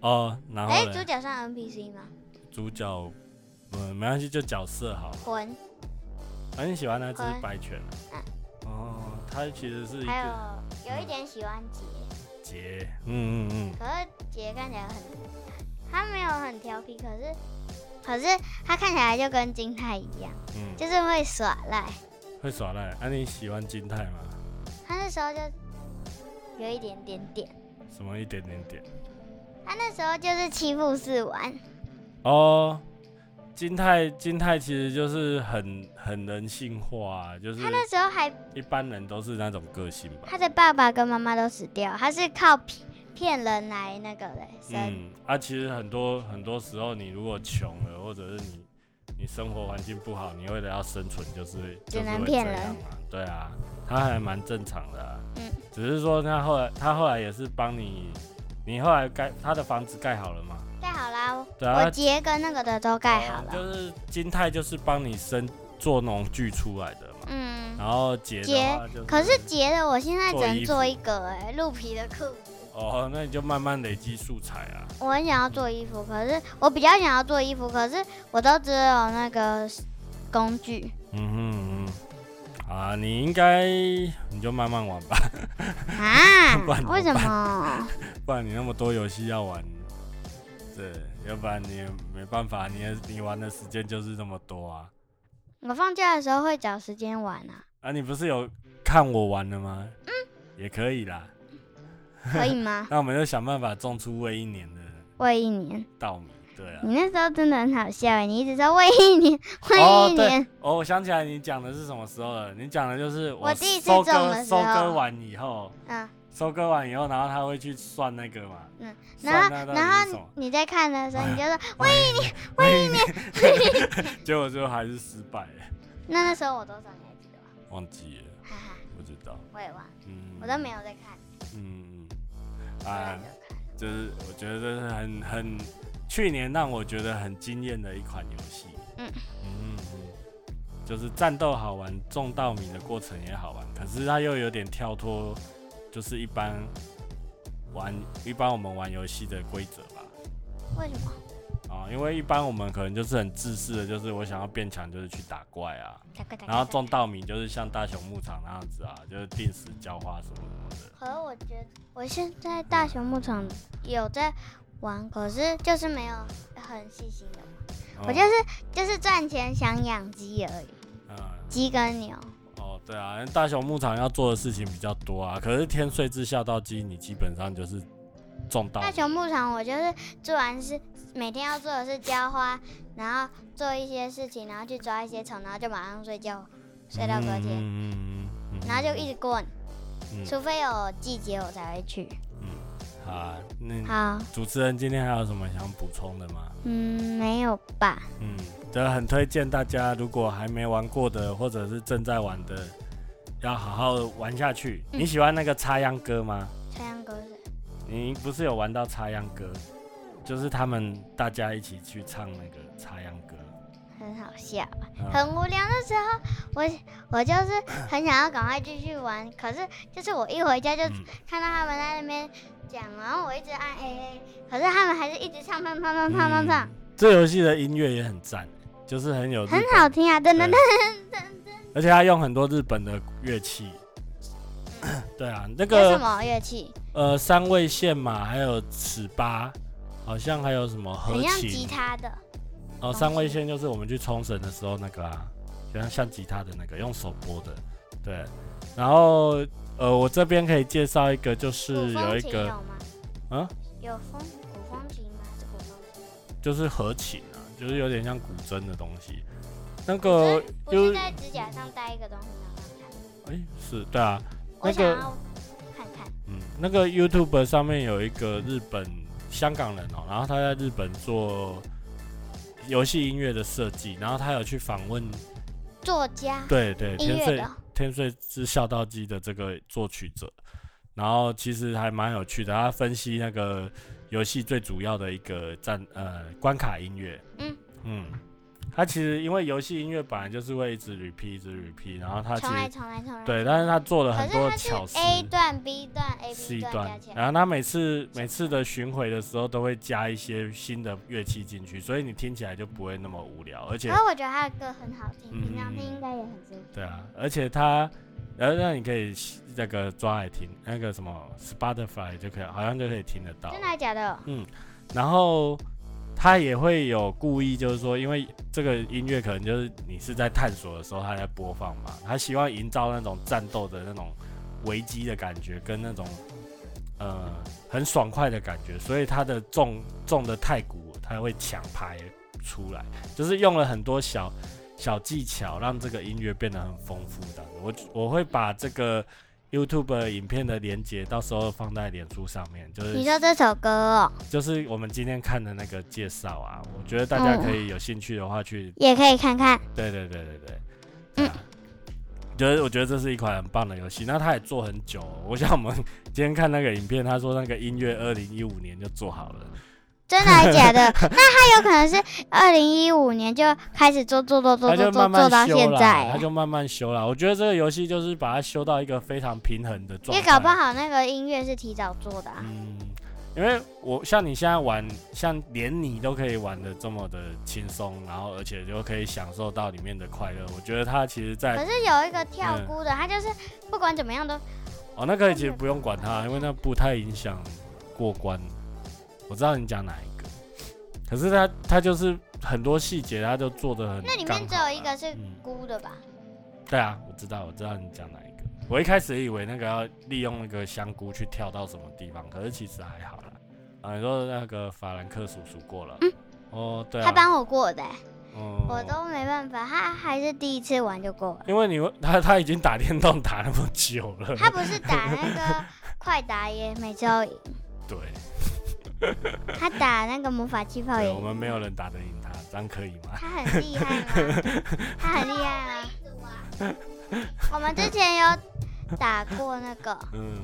[SPEAKER 2] 哦，然
[SPEAKER 1] 哎、
[SPEAKER 2] 后
[SPEAKER 1] 主
[SPEAKER 2] 呢？
[SPEAKER 1] 角算 NPC 吗？
[SPEAKER 2] 主角，嗯，没关系，就角色好了。
[SPEAKER 1] 魂，
[SPEAKER 2] 反、正你喜欢那只
[SPEAKER 1] 好啊
[SPEAKER 2] 白犬
[SPEAKER 1] 嗯。
[SPEAKER 2] 哦，它其实是一
[SPEAKER 1] 还
[SPEAKER 2] 个
[SPEAKER 1] 有有一点喜欢杰，
[SPEAKER 2] 杰。嗯嗯嗯。
[SPEAKER 1] 可是杰看起来很，他没有很调皮，可是可是他看起来就跟金泰一样，
[SPEAKER 2] 嗯，
[SPEAKER 1] 就是会耍赖。
[SPEAKER 2] 会耍赖。那、你喜欢金泰吗？
[SPEAKER 1] 他那时候就有一点点点，
[SPEAKER 2] 什么一点点点？
[SPEAKER 1] 他那时候就是欺负四丸，
[SPEAKER 2] 哦，金泰金泰其实就是很很人性化、啊，就是
[SPEAKER 1] 他那时候还
[SPEAKER 2] 一般人都是那种个性吧。
[SPEAKER 1] 他的爸爸跟妈妈都死掉，他是靠骗骗人来那个的生。
[SPEAKER 2] 嗯，啊，其实很多很多时候，你如果穷了，或者是你你生活环境不好，你为了要生存，就是
[SPEAKER 1] 只
[SPEAKER 2] 就是
[SPEAKER 1] 能
[SPEAKER 2] 会
[SPEAKER 1] 骗
[SPEAKER 2] 这
[SPEAKER 1] 人
[SPEAKER 2] 样啊。对啊，他还蛮正常的、啊。
[SPEAKER 1] 嗯
[SPEAKER 2] 只是说他后来他后来也是帮你，你后来盖他的房子盖好了吗？
[SPEAKER 1] 盖好啦，
[SPEAKER 2] 对啊，哦
[SPEAKER 1] 我杰跟那个的都盖好
[SPEAKER 2] 就
[SPEAKER 1] 了。
[SPEAKER 2] 是金泰就是帮你生做农具出来的嘛。
[SPEAKER 1] 嗯，
[SPEAKER 2] 然后结的
[SPEAKER 1] 结
[SPEAKER 2] 话就
[SPEAKER 1] 可是杰的我现在只能
[SPEAKER 2] 做
[SPEAKER 1] 做
[SPEAKER 2] 衣
[SPEAKER 1] 一个哎、鹿皮的裤子。
[SPEAKER 2] 哦，那你就慢慢累积素材啊。
[SPEAKER 1] 我很想要做衣服，可是我比较想要做衣服，可是我都只有那个工具。
[SPEAKER 2] 嗯哼嗯哼，你应该你就慢慢玩吧，
[SPEAKER 1] 啊
[SPEAKER 2] 不然怎么办？
[SPEAKER 1] 为什么？
[SPEAKER 2] 不然你那么多游戏要玩，对，要不然你也没办法，你也你玩的时间就是这么多啊。
[SPEAKER 1] 我放假的时候会找时间玩啊，
[SPEAKER 2] 啊，你不是有看我玩的吗？嗯，也可以啦。？
[SPEAKER 1] 可以吗
[SPEAKER 2] 那我们就想办法种出未一年的
[SPEAKER 1] 喂一年，
[SPEAKER 2] 稻米，对啊。
[SPEAKER 1] 你那时候真的很好笑哎，你一直说喂 一年，喂一年，
[SPEAKER 2] 哦，我想起来你讲的是什么时候了？你讲的就是
[SPEAKER 1] 我第一次
[SPEAKER 2] 收
[SPEAKER 1] 种
[SPEAKER 2] 割
[SPEAKER 1] 的时
[SPEAKER 2] 收
[SPEAKER 1] 候
[SPEAKER 2] 割完以后，
[SPEAKER 1] 嗯，
[SPEAKER 2] 收割完以后，然后他会去算那个嘛，
[SPEAKER 1] 嗯，然
[SPEAKER 2] 算
[SPEAKER 1] 后
[SPEAKER 2] 那到
[SPEAKER 1] 然
[SPEAKER 2] 底是什么
[SPEAKER 1] 后？你在看的时候，你就说，
[SPEAKER 2] 喂你， 喂你， 结果最后还是失败了，
[SPEAKER 1] 那那时候我多少你还记得吗？
[SPEAKER 2] 忘记了，
[SPEAKER 1] 哈哈，
[SPEAKER 2] 不知道，
[SPEAKER 1] 我也忘了，
[SPEAKER 2] 嗯，
[SPEAKER 1] 我都没有在看，
[SPEAKER 2] 嗯，嗯，
[SPEAKER 1] 我
[SPEAKER 2] 啊
[SPEAKER 1] 没，有看，
[SPEAKER 2] 就是我觉得这是很很去年让我觉得很惊艳的一款游戏。
[SPEAKER 1] 嗯
[SPEAKER 2] 嗯嗯就是战斗好玩，种稻米的过程也好玩，可是它又有点跳脱，就是一般玩一般我们玩游戏的规则吧。
[SPEAKER 1] 为什么？
[SPEAKER 2] 啊、因为一般我们可能就是很自私的，就是我想要变强，就是去打怪啊，然后种稻米就是像大熊牧场那样子啊，就是定时浇花什么什么的。
[SPEAKER 1] 可是我觉得我现在大熊牧场有在玩，可是就是没有很细心的玩。
[SPEAKER 2] 哦
[SPEAKER 1] 我就是就是赚钱想养鸡而已，
[SPEAKER 2] 嗯嗯
[SPEAKER 1] 鸡跟牛。
[SPEAKER 2] 哦，对啊，大熊牧场要做的事情比较多啊。可是天睡至孝道鸡，你基本上就是种稻
[SPEAKER 1] 大
[SPEAKER 2] 米，
[SPEAKER 1] 熊牧场我就是做完是每天要做的是浇花，然后做一些事情，然后去抓一些虫，然后就马上睡觉，睡到隔天，
[SPEAKER 2] 嗯嗯嗯嗯
[SPEAKER 1] 然后就一直过，
[SPEAKER 2] 嗯
[SPEAKER 1] 除非有季节我才会去。
[SPEAKER 2] 好啊。那
[SPEAKER 1] 好，
[SPEAKER 2] 主持人今天还有什么想补充的吗？
[SPEAKER 1] 嗯，没有吧？
[SPEAKER 2] 嗯，这很推荐大家，如果还没玩过的，或者是正在玩的，要好好玩下去。
[SPEAKER 1] 嗯
[SPEAKER 2] 你喜欢那个插秧歌吗？
[SPEAKER 1] 太阳狗水，
[SPEAKER 2] 你不是有玩到插秧歌？就是他们大家一起去唱那个插秧歌。
[SPEAKER 1] 很好笑。
[SPEAKER 2] 嗯
[SPEAKER 1] 很无聊的时候，我我 就是很想要赶快继续玩，可是就是我一回家就
[SPEAKER 2] 嗯
[SPEAKER 1] 看到他们在那边讲，然后我一直按 A A，可是他们还是一直唱唱唱唱唱唱唱
[SPEAKER 2] 嗯，这游戏的音乐也很赞，就是很有日
[SPEAKER 1] 很
[SPEAKER 2] 本
[SPEAKER 1] 好听啊！噔噔噔
[SPEAKER 2] 对， 而且他用很多日本的乐器。对啊，那
[SPEAKER 1] 有什
[SPEAKER 2] 个
[SPEAKER 1] 么乐器？
[SPEAKER 2] 呃三味线嘛，还有尺八，好像还有什么合
[SPEAKER 1] 很像吉
[SPEAKER 2] 琴
[SPEAKER 1] 他的，
[SPEAKER 2] 哦，三味线就是我们去冲绳的时候那个啊，就像像吉他的那个用手拨的，对。然后呃，我这边可以介绍一个，就是
[SPEAKER 1] 古
[SPEAKER 2] 有
[SPEAKER 1] 风
[SPEAKER 2] 一
[SPEAKER 1] 琴哦
[SPEAKER 2] 个
[SPEAKER 1] 有吗？
[SPEAKER 2] 呃啊，
[SPEAKER 1] 有风古风琴吗？还是古风琴？
[SPEAKER 2] 就是合琴啊，就是有点像古筝的东西。那
[SPEAKER 1] 不
[SPEAKER 2] 个
[SPEAKER 1] 是不
[SPEAKER 2] 就是
[SPEAKER 1] 在指甲上戴一个东西然后看，
[SPEAKER 2] 哎、是对啊，
[SPEAKER 1] 我
[SPEAKER 2] 那
[SPEAKER 1] 想
[SPEAKER 2] 个
[SPEAKER 1] 要看看。
[SPEAKER 2] 嗯，那个 YouTube 上面有一个日本香港人哦、然后他在日本做游戏音乐的设计，然后他有去访问，
[SPEAKER 1] 作家
[SPEAKER 2] 对对，
[SPEAKER 1] 音
[SPEAKER 2] 天
[SPEAKER 1] 乐
[SPEAKER 2] 穗
[SPEAKER 1] 的
[SPEAKER 2] 天穗之孝道机的这个作曲者，然后其实还蛮有趣的，他分析那个游戏最主要的一个战呃关卡音乐，
[SPEAKER 1] 嗯
[SPEAKER 2] 嗯，他其实因为游戏音乐本来就是会一直 repeat 一直 repeat，然后他其
[SPEAKER 1] 重来
[SPEAKER 2] 实
[SPEAKER 1] 重来重来。
[SPEAKER 2] 对，但是他做了
[SPEAKER 1] 可
[SPEAKER 2] 很
[SPEAKER 1] 是
[SPEAKER 2] 多
[SPEAKER 1] 它是
[SPEAKER 2] 巧思。
[SPEAKER 1] A 段、B 段、A、B
[SPEAKER 2] C
[SPEAKER 1] 段加
[SPEAKER 2] 段
[SPEAKER 1] 起，来，
[SPEAKER 2] 然后他每次每次的巡回的时候都会加一些新的乐器进去，所以你听起来就不会那么无聊。而且
[SPEAKER 1] 然，后我觉得他的歌很好听，
[SPEAKER 2] 嗯
[SPEAKER 1] 平常听应该也很舒服。
[SPEAKER 2] 对啊，而且他，然后让你可以那个抓来听，那个什么 Spotify 就可以，好像就可以听得到
[SPEAKER 1] 真。的假的？
[SPEAKER 2] 然后他也会有故意，就是说，因为这个音乐可能就是你是在探索的时候他在播放嘛，他希望营造那种战斗的那种危机的感觉，跟那种呃很爽快的感觉，所以他的重重的太鼓他会抢拍出来，就是用了很多小小技巧，让这个音乐变得很丰富的。我我会把这个。YouTube 影片的连接到时候放在脸书上面，就是
[SPEAKER 1] 你说这首歌哦，
[SPEAKER 2] 就是我们今天看的那个介绍啊，我觉得大家可以有兴趣的话去，
[SPEAKER 1] 也可以看 看。
[SPEAKER 2] 对对对对对，对
[SPEAKER 1] 嗯
[SPEAKER 2] 啊，就是我觉得这是一款很棒的游戏。那他也做很久哦、我想我们今天看那个影片，他说那个音乐二零一五年就做好了，
[SPEAKER 1] 真的还是假的？那他有可能是二零一五年就开始做做做做
[SPEAKER 2] 他
[SPEAKER 1] 做
[SPEAKER 2] 就
[SPEAKER 1] 做
[SPEAKER 2] 慢
[SPEAKER 1] 做到
[SPEAKER 2] 慢修
[SPEAKER 1] 现
[SPEAKER 2] 啦，他
[SPEAKER 1] 在，
[SPEAKER 2] 就慢慢修啦。我觉得这个游戏就是把它修到一个非常平衡的状
[SPEAKER 1] 也
[SPEAKER 2] 态，
[SPEAKER 1] 搞不好那个音乐是提早做的啊。
[SPEAKER 2] 嗯，因因为我像你现在玩，像连你都可以玩的这么的轻松，然后而且就可以享受到里面的快乐。我觉得它其实在，
[SPEAKER 1] 可是有一个跳菇
[SPEAKER 2] 嗯
[SPEAKER 1] 的，他就是不管怎么样都
[SPEAKER 2] 哦，那个其实不用管它，因为那不太影响过关。我知道你讲哪一个，可是它它就是很多细节，它就做的很。啊
[SPEAKER 1] 那里面只有一个。是
[SPEAKER 2] 嗯
[SPEAKER 1] 菇的吧？
[SPEAKER 2] 对啊，我知道，我知道你讲哪一个。我一开始以为那个要利用那个香菇去跳到什么地方，可是其实还好啦。啊，你说那个法兰克叔叔过了，
[SPEAKER 1] 嗯
[SPEAKER 2] 哦，对
[SPEAKER 1] 他
[SPEAKER 2] 啊，
[SPEAKER 1] 帮我过的欸、
[SPEAKER 2] 嗯
[SPEAKER 1] 我都没办法，他还是第一次玩就过了。
[SPEAKER 2] 因为你会他他已经打电动打那么久 了，
[SPEAKER 1] 他不是打那个快打也每次都赢，
[SPEAKER 2] 对，
[SPEAKER 1] 他打那个魔法气 泡也
[SPEAKER 2] 对我
[SPEAKER 1] 赢，
[SPEAKER 2] 们没有人打得赢他，这样可以吗？
[SPEAKER 1] 他很厉害吗？他很厉害啊！
[SPEAKER 3] 死我啊！
[SPEAKER 1] 我们之前有打过那个
[SPEAKER 2] 嗯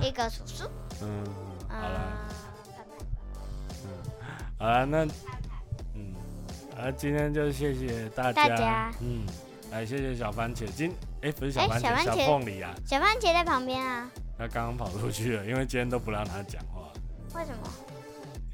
[SPEAKER 1] 一个叔叔，
[SPEAKER 2] 嗯，
[SPEAKER 1] 嗯、
[SPEAKER 2] 好了，
[SPEAKER 1] 看看
[SPEAKER 2] 好了，那嗯，啊，今天就谢谢大家，
[SPEAKER 1] 大家
[SPEAKER 2] 嗯，来谢谢小番茄，今哎、不是小
[SPEAKER 1] 哎
[SPEAKER 2] 番茄，
[SPEAKER 1] 小番
[SPEAKER 2] 小
[SPEAKER 1] 茄
[SPEAKER 2] 凤梨啊，
[SPEAKER 1] 小番茄在旁边啊，
[SPEAKER 2] 他刚刚跑出去了，因为今天都不让他讲话，
[SPEAKER 1] 为什么？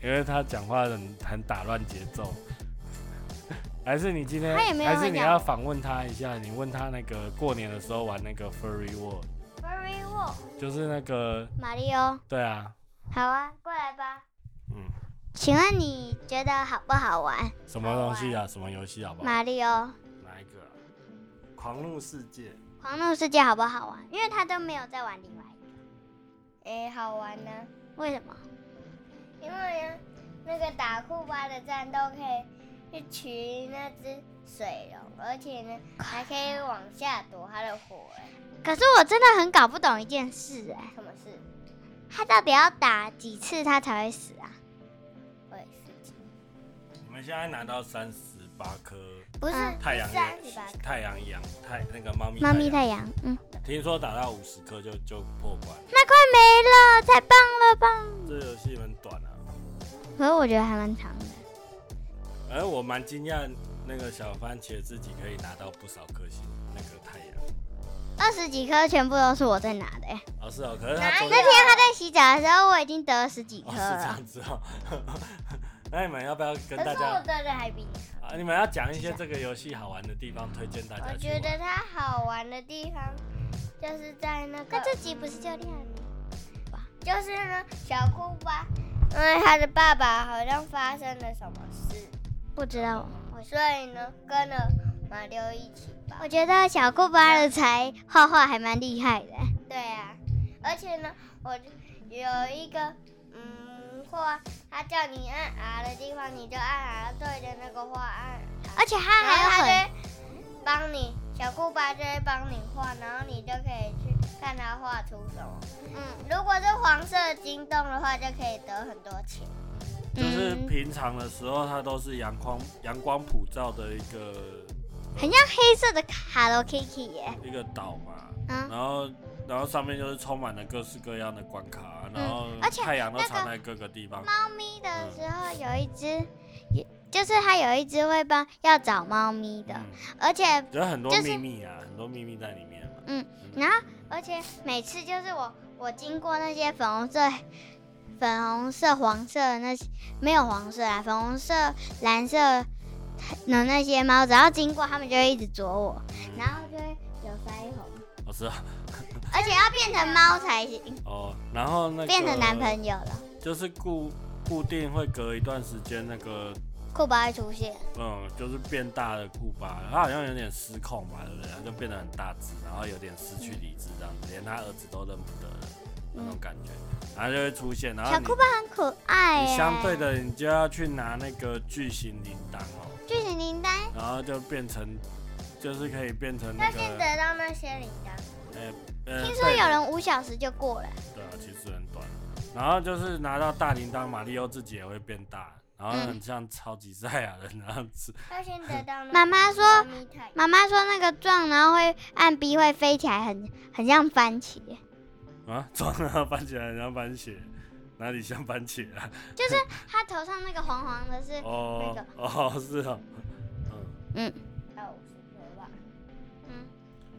[SPEAKER 2] 因为他讲话很很打乱节奏。 还是你今天，
[SPEAKER 1] 他也没有
[SPEAKER 2] 还是你
[SPEAKER 1] 讲
[SPEAKER 2] 要访问他一下，你问他那个过年的时候玩那个 Furry World，
[SPEAKER 1] Very well，
[SPEAKER 2] 就是那个，
[SPEAKER 1] 马里奥，
[SPEAKER 2] 对啊，
[SPEAKER 1] 好啊，过来吧。
[SPEAKER 2] 嗯，
[SPEAKER 1] 请问你觉得好不好玩？
[SPEAKER 2] 什么东西啊，什么游戏好不好？
[SPEAKER 1] 马里奥
[SPEAKER 2] 哪一个啊、狂怒世界，
[SPEAKER 1] 狂怒世界好不好玩？因为他都没有在玩另外一个，
[SPEAKER 3] 哎，好玩呢、
[SPEAKER 1] 为什么？
[SPEAKER 3] 因为啊那个打库巴的战斗可以去取那只水龙，而且呢还可以往下躲它的火、哎，
[SPEAKER 1] 可是我真的很搞不懂一件事哎、
[SPEAKER 3] 什么事？
[SPEAKER 1] 他到底要打几次他才会死啊？
[SPEAKER 3] 我也是。
[SPEAKER 2] 你们现在拿到三十八颗
[SPEAKER 3] 不是
[SPEAKER 1] 嗯
[SPEAKER 2] 太阳
[SPEAKER 3] 三
[SPEAKER 2] 眼
[SPEAKER 3] 十八，
[SPEAKER 2] 太阳羊太那个猫咪
[SPEAKER 1] 猫咪
[SPEAKER 2] 太
[SPEAKER 1] 太阳，嗯，
[SPEAKER 2] 阳，听说打到五十颗就就破关，
[SPEAKER 1] 那快没了，太棒了棒！
[SPEAKER 2] 这游戏很短啊。
[SPEAKER 1] 可是我觉得还蛮长的，
[SPEAKER 2] 而哎我蛮惊讶，那个小番茄自己可以拿到不少颗星，那个太阳。
[SPEAKER 1] 二十几颗全部都是我在拿的、欸。
[SPEAKER 2] 哦，是哦，可是他昨
[SPEAKER 1] 那
[SPEAKER 2] 天
[SPEAKER 1] 天他在洗澡的时候，我已经得了十几颗
[SPEAKER 2] 哦是这
[SPEAKER 1] 了。
[SPEAKER 2] 样子哦。 那你们要不要跟
[SPEAKER 3] 可
[SPEAKER 2] 大
[SPEAKER 3] 是
[SPEAKER 2] 家
[SPEAKER 3] 我的人还比你好。
[SPEAKER 2] 啊？你们要讲一些这个游戏好玩的地方，推荐大家
[SPEAKER 3] 我
[SPEAKER 2] 去
[SPEAKER 3] 觉
[SPEAKER 2] 玩。
[SPEAKER 3] 得它好玩的地方就是在那个
[SPEAKER 1] 那，这集不是教练吗？
[SPEAKER 3] 就是呢小库巴，因为他的爸爸好像发生了什么事，
[SPEAKER 1] 不知道，
[SPEAKER 3] 所以呢跟了马六一起吧
[SPEAKER 1] 我。觉得小库巴的才画画还蛮厉害的、
[SPEAKER 3] 对啊，而且呢，我就有一个嗯画，它叫你按 R 的地方，你就按 R 对着那个画按，
[SPEAKER 1] 而且他
[SPEAKER 3] 然后它就
[SPEAKER 1] 还有很
[SPEAKER 3] 会帮你小库巴就会帮你画，然后你就可以去看它画出什么。
[SPEAKER 1] 嗯
[SPEAKER 3] 如果是黄色金洞的话，就可以得很多钱。
[SPEAKER 2] 就是
[SPEAKER 1] 嗯
[SPEAKER 2] 平常的时候，它都是阳光阳光普照的一个
[SPEAKER 1] 很像黑色的 Hello Kitty 耶、
[SPEAKER 2] 一个岛嘛，
[SPEAKER 1] 哎嗯
[SPEAKER 2] 然后然后上面就是充满了各式各样的关卡，然后
[SPEAKER 1] 嗯而且
[SPEAKER 2] 太阳都
[SPEAKER 1] 那个
[SPEAKER 2] 藏在各个地方。
[SPEAKER 1] 猫咪的时候有一只，也就是它有一只会帮要找猫咪的，
[SPEAKER 2] 嗯
[SPEAKER 1] 而且
[SPEAKER 2] 有很多
[SPEAKER 1] 就是
[SPEAKER 2] 秘密啊，很多秘密在里面嘛。
[SPEAKER 1] 嗯，然后而且每次就是我我经过那些粉红色、粉红色、黄色的那些没有黄色啊，粉红色、蓝色的那些猫，只要经过它们就会一直啄我，
[SPEAKER 2] 嗯
[SPEAKER 1] 然后就会有腮红，
[SPEAKER 2] 我知道
[SPEAKER 1] 而且要变成猫才行，
[SPEAKER 2] 哦，然后那个
[SPEAKER 1] 变成男朋友了，
[SPEAKER 2] 就是固固定会隔一段时间那个
[SPEAKER 1] 酷宝会出现。
[SPEAKER 2] 嗯，就是变大的库巴，他好像有点失控吧，对不对？他就变得很大只，然后有点失去理智这样子，连他儿子都认不得了那种感觉，然后就会出现，然后
[SPEAKER 1] 小
[SPEAKER 2] 你
[SPEAKER 1] 酷宝很可爱欸
[SPEAKER 2] 你
[SPEAKER 1] 耶，
[SPEAKER 2] 相对的，你就要去拿那个巨型铃铛哦，
[SPEAKER 1] 巨型铃铛。
[SPEAKER 2] 然后就变成，就是可以变成那
[SPEAKER 3] 那
[SPEAKER 2] 个，
[SPEAKER 3] 先得到那些铃铛，
[SPEAKER 2] 呃呃，
[SPEAKER 1] 听说有人五小时就过了，
[SPEAKER 2] 对啊，其实很短。然后就是拿到大铃铛，马里奥自己也会变大，然后
[SPEAKER 1] 嗯
[SPEAKER 2] 很像超级赛亚人那样子。
[SPEAKER 3] 要先得到那个
[SPEAKER 1] 妈妈说
[SPEAKER 3] 猫咪太
[SPEAKER 1] 妈妈说那个撞，然后会按 B 会飞起来很，很像番茄，
[SPEAKER 2] 啊，装了番茄，然后番茄，哪里像番茄 啊？
[SPEAKER 1] 就是它头上那个黄黄的是，
[SPEAKER 2] 哦哦，是哦，嗯，
[SPEAKER 3] 要五十颗吧。
[SPEAKER 1] 嗯，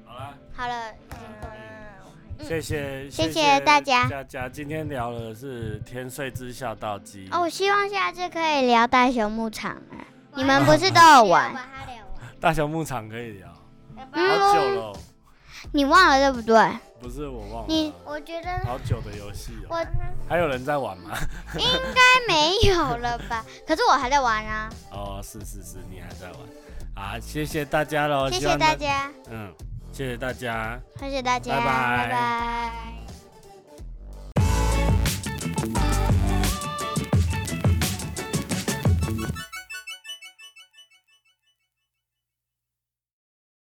[SPEAKER 2] 好啦，嗯
[SPEAKER 1] 好了，
[SPEAKER 3] 嗯，我还
[SPEAKER 2] 谢谢，
[SPEAKER 1] 谢谢大家
[SPEAKER 2] 大家今天聊的是天睡之孝道鸡。
[SPEAKER 1] 哦，我希望下次可以聊大熊牧场啊。你们
[SPEAKER 3] 嗯我
[SPEAKER 1] 不
[SPEAKER 3] 还
[SPEAKER 1] 是都有
[SPEAKER 3] 需要
[SPEAKER 1] 玩
[SPEAKER 3] 把它聊完
[SPEAKER 2] 大熊牧场可以聊，好
[SPEAKER 3] 要不
[SPEAKER 1] 嗯
[SPEAKER 3] 然
[SPEAKER 2] 久了哦，
[SPEAKER 1] 你忘了对不对？
[SPEAKER 2] 不是我忘
[SPEAKER 1] 你
[SPEAKER 2] 了，
[SPEAKER 3] 我觉得
[SPEAKER 2] 好久的游戏哦。
[SPEAKER 1] 我
[SPEAKER 2] 还有人在玩吗？
[SPEAKER 1] 该没有了吧？ 可是我还在玩啊。
[SPEAKER 2] 哦，是是是，你还在玩。好，谢谢大家喽，
[SPEAKER 1] 谢
[SPEAKER 2] 希
[SPEAKER 1] 谢
[SPEAKER 2] 望
[SPEAKER 1] 大，家，
[SPEAKER 2] 嗯，谢谢大家。
[SPEAKER 1] 谢谢大家，
[SPEAKER 2] 拜拜
[SPEAKER 1] 拜拜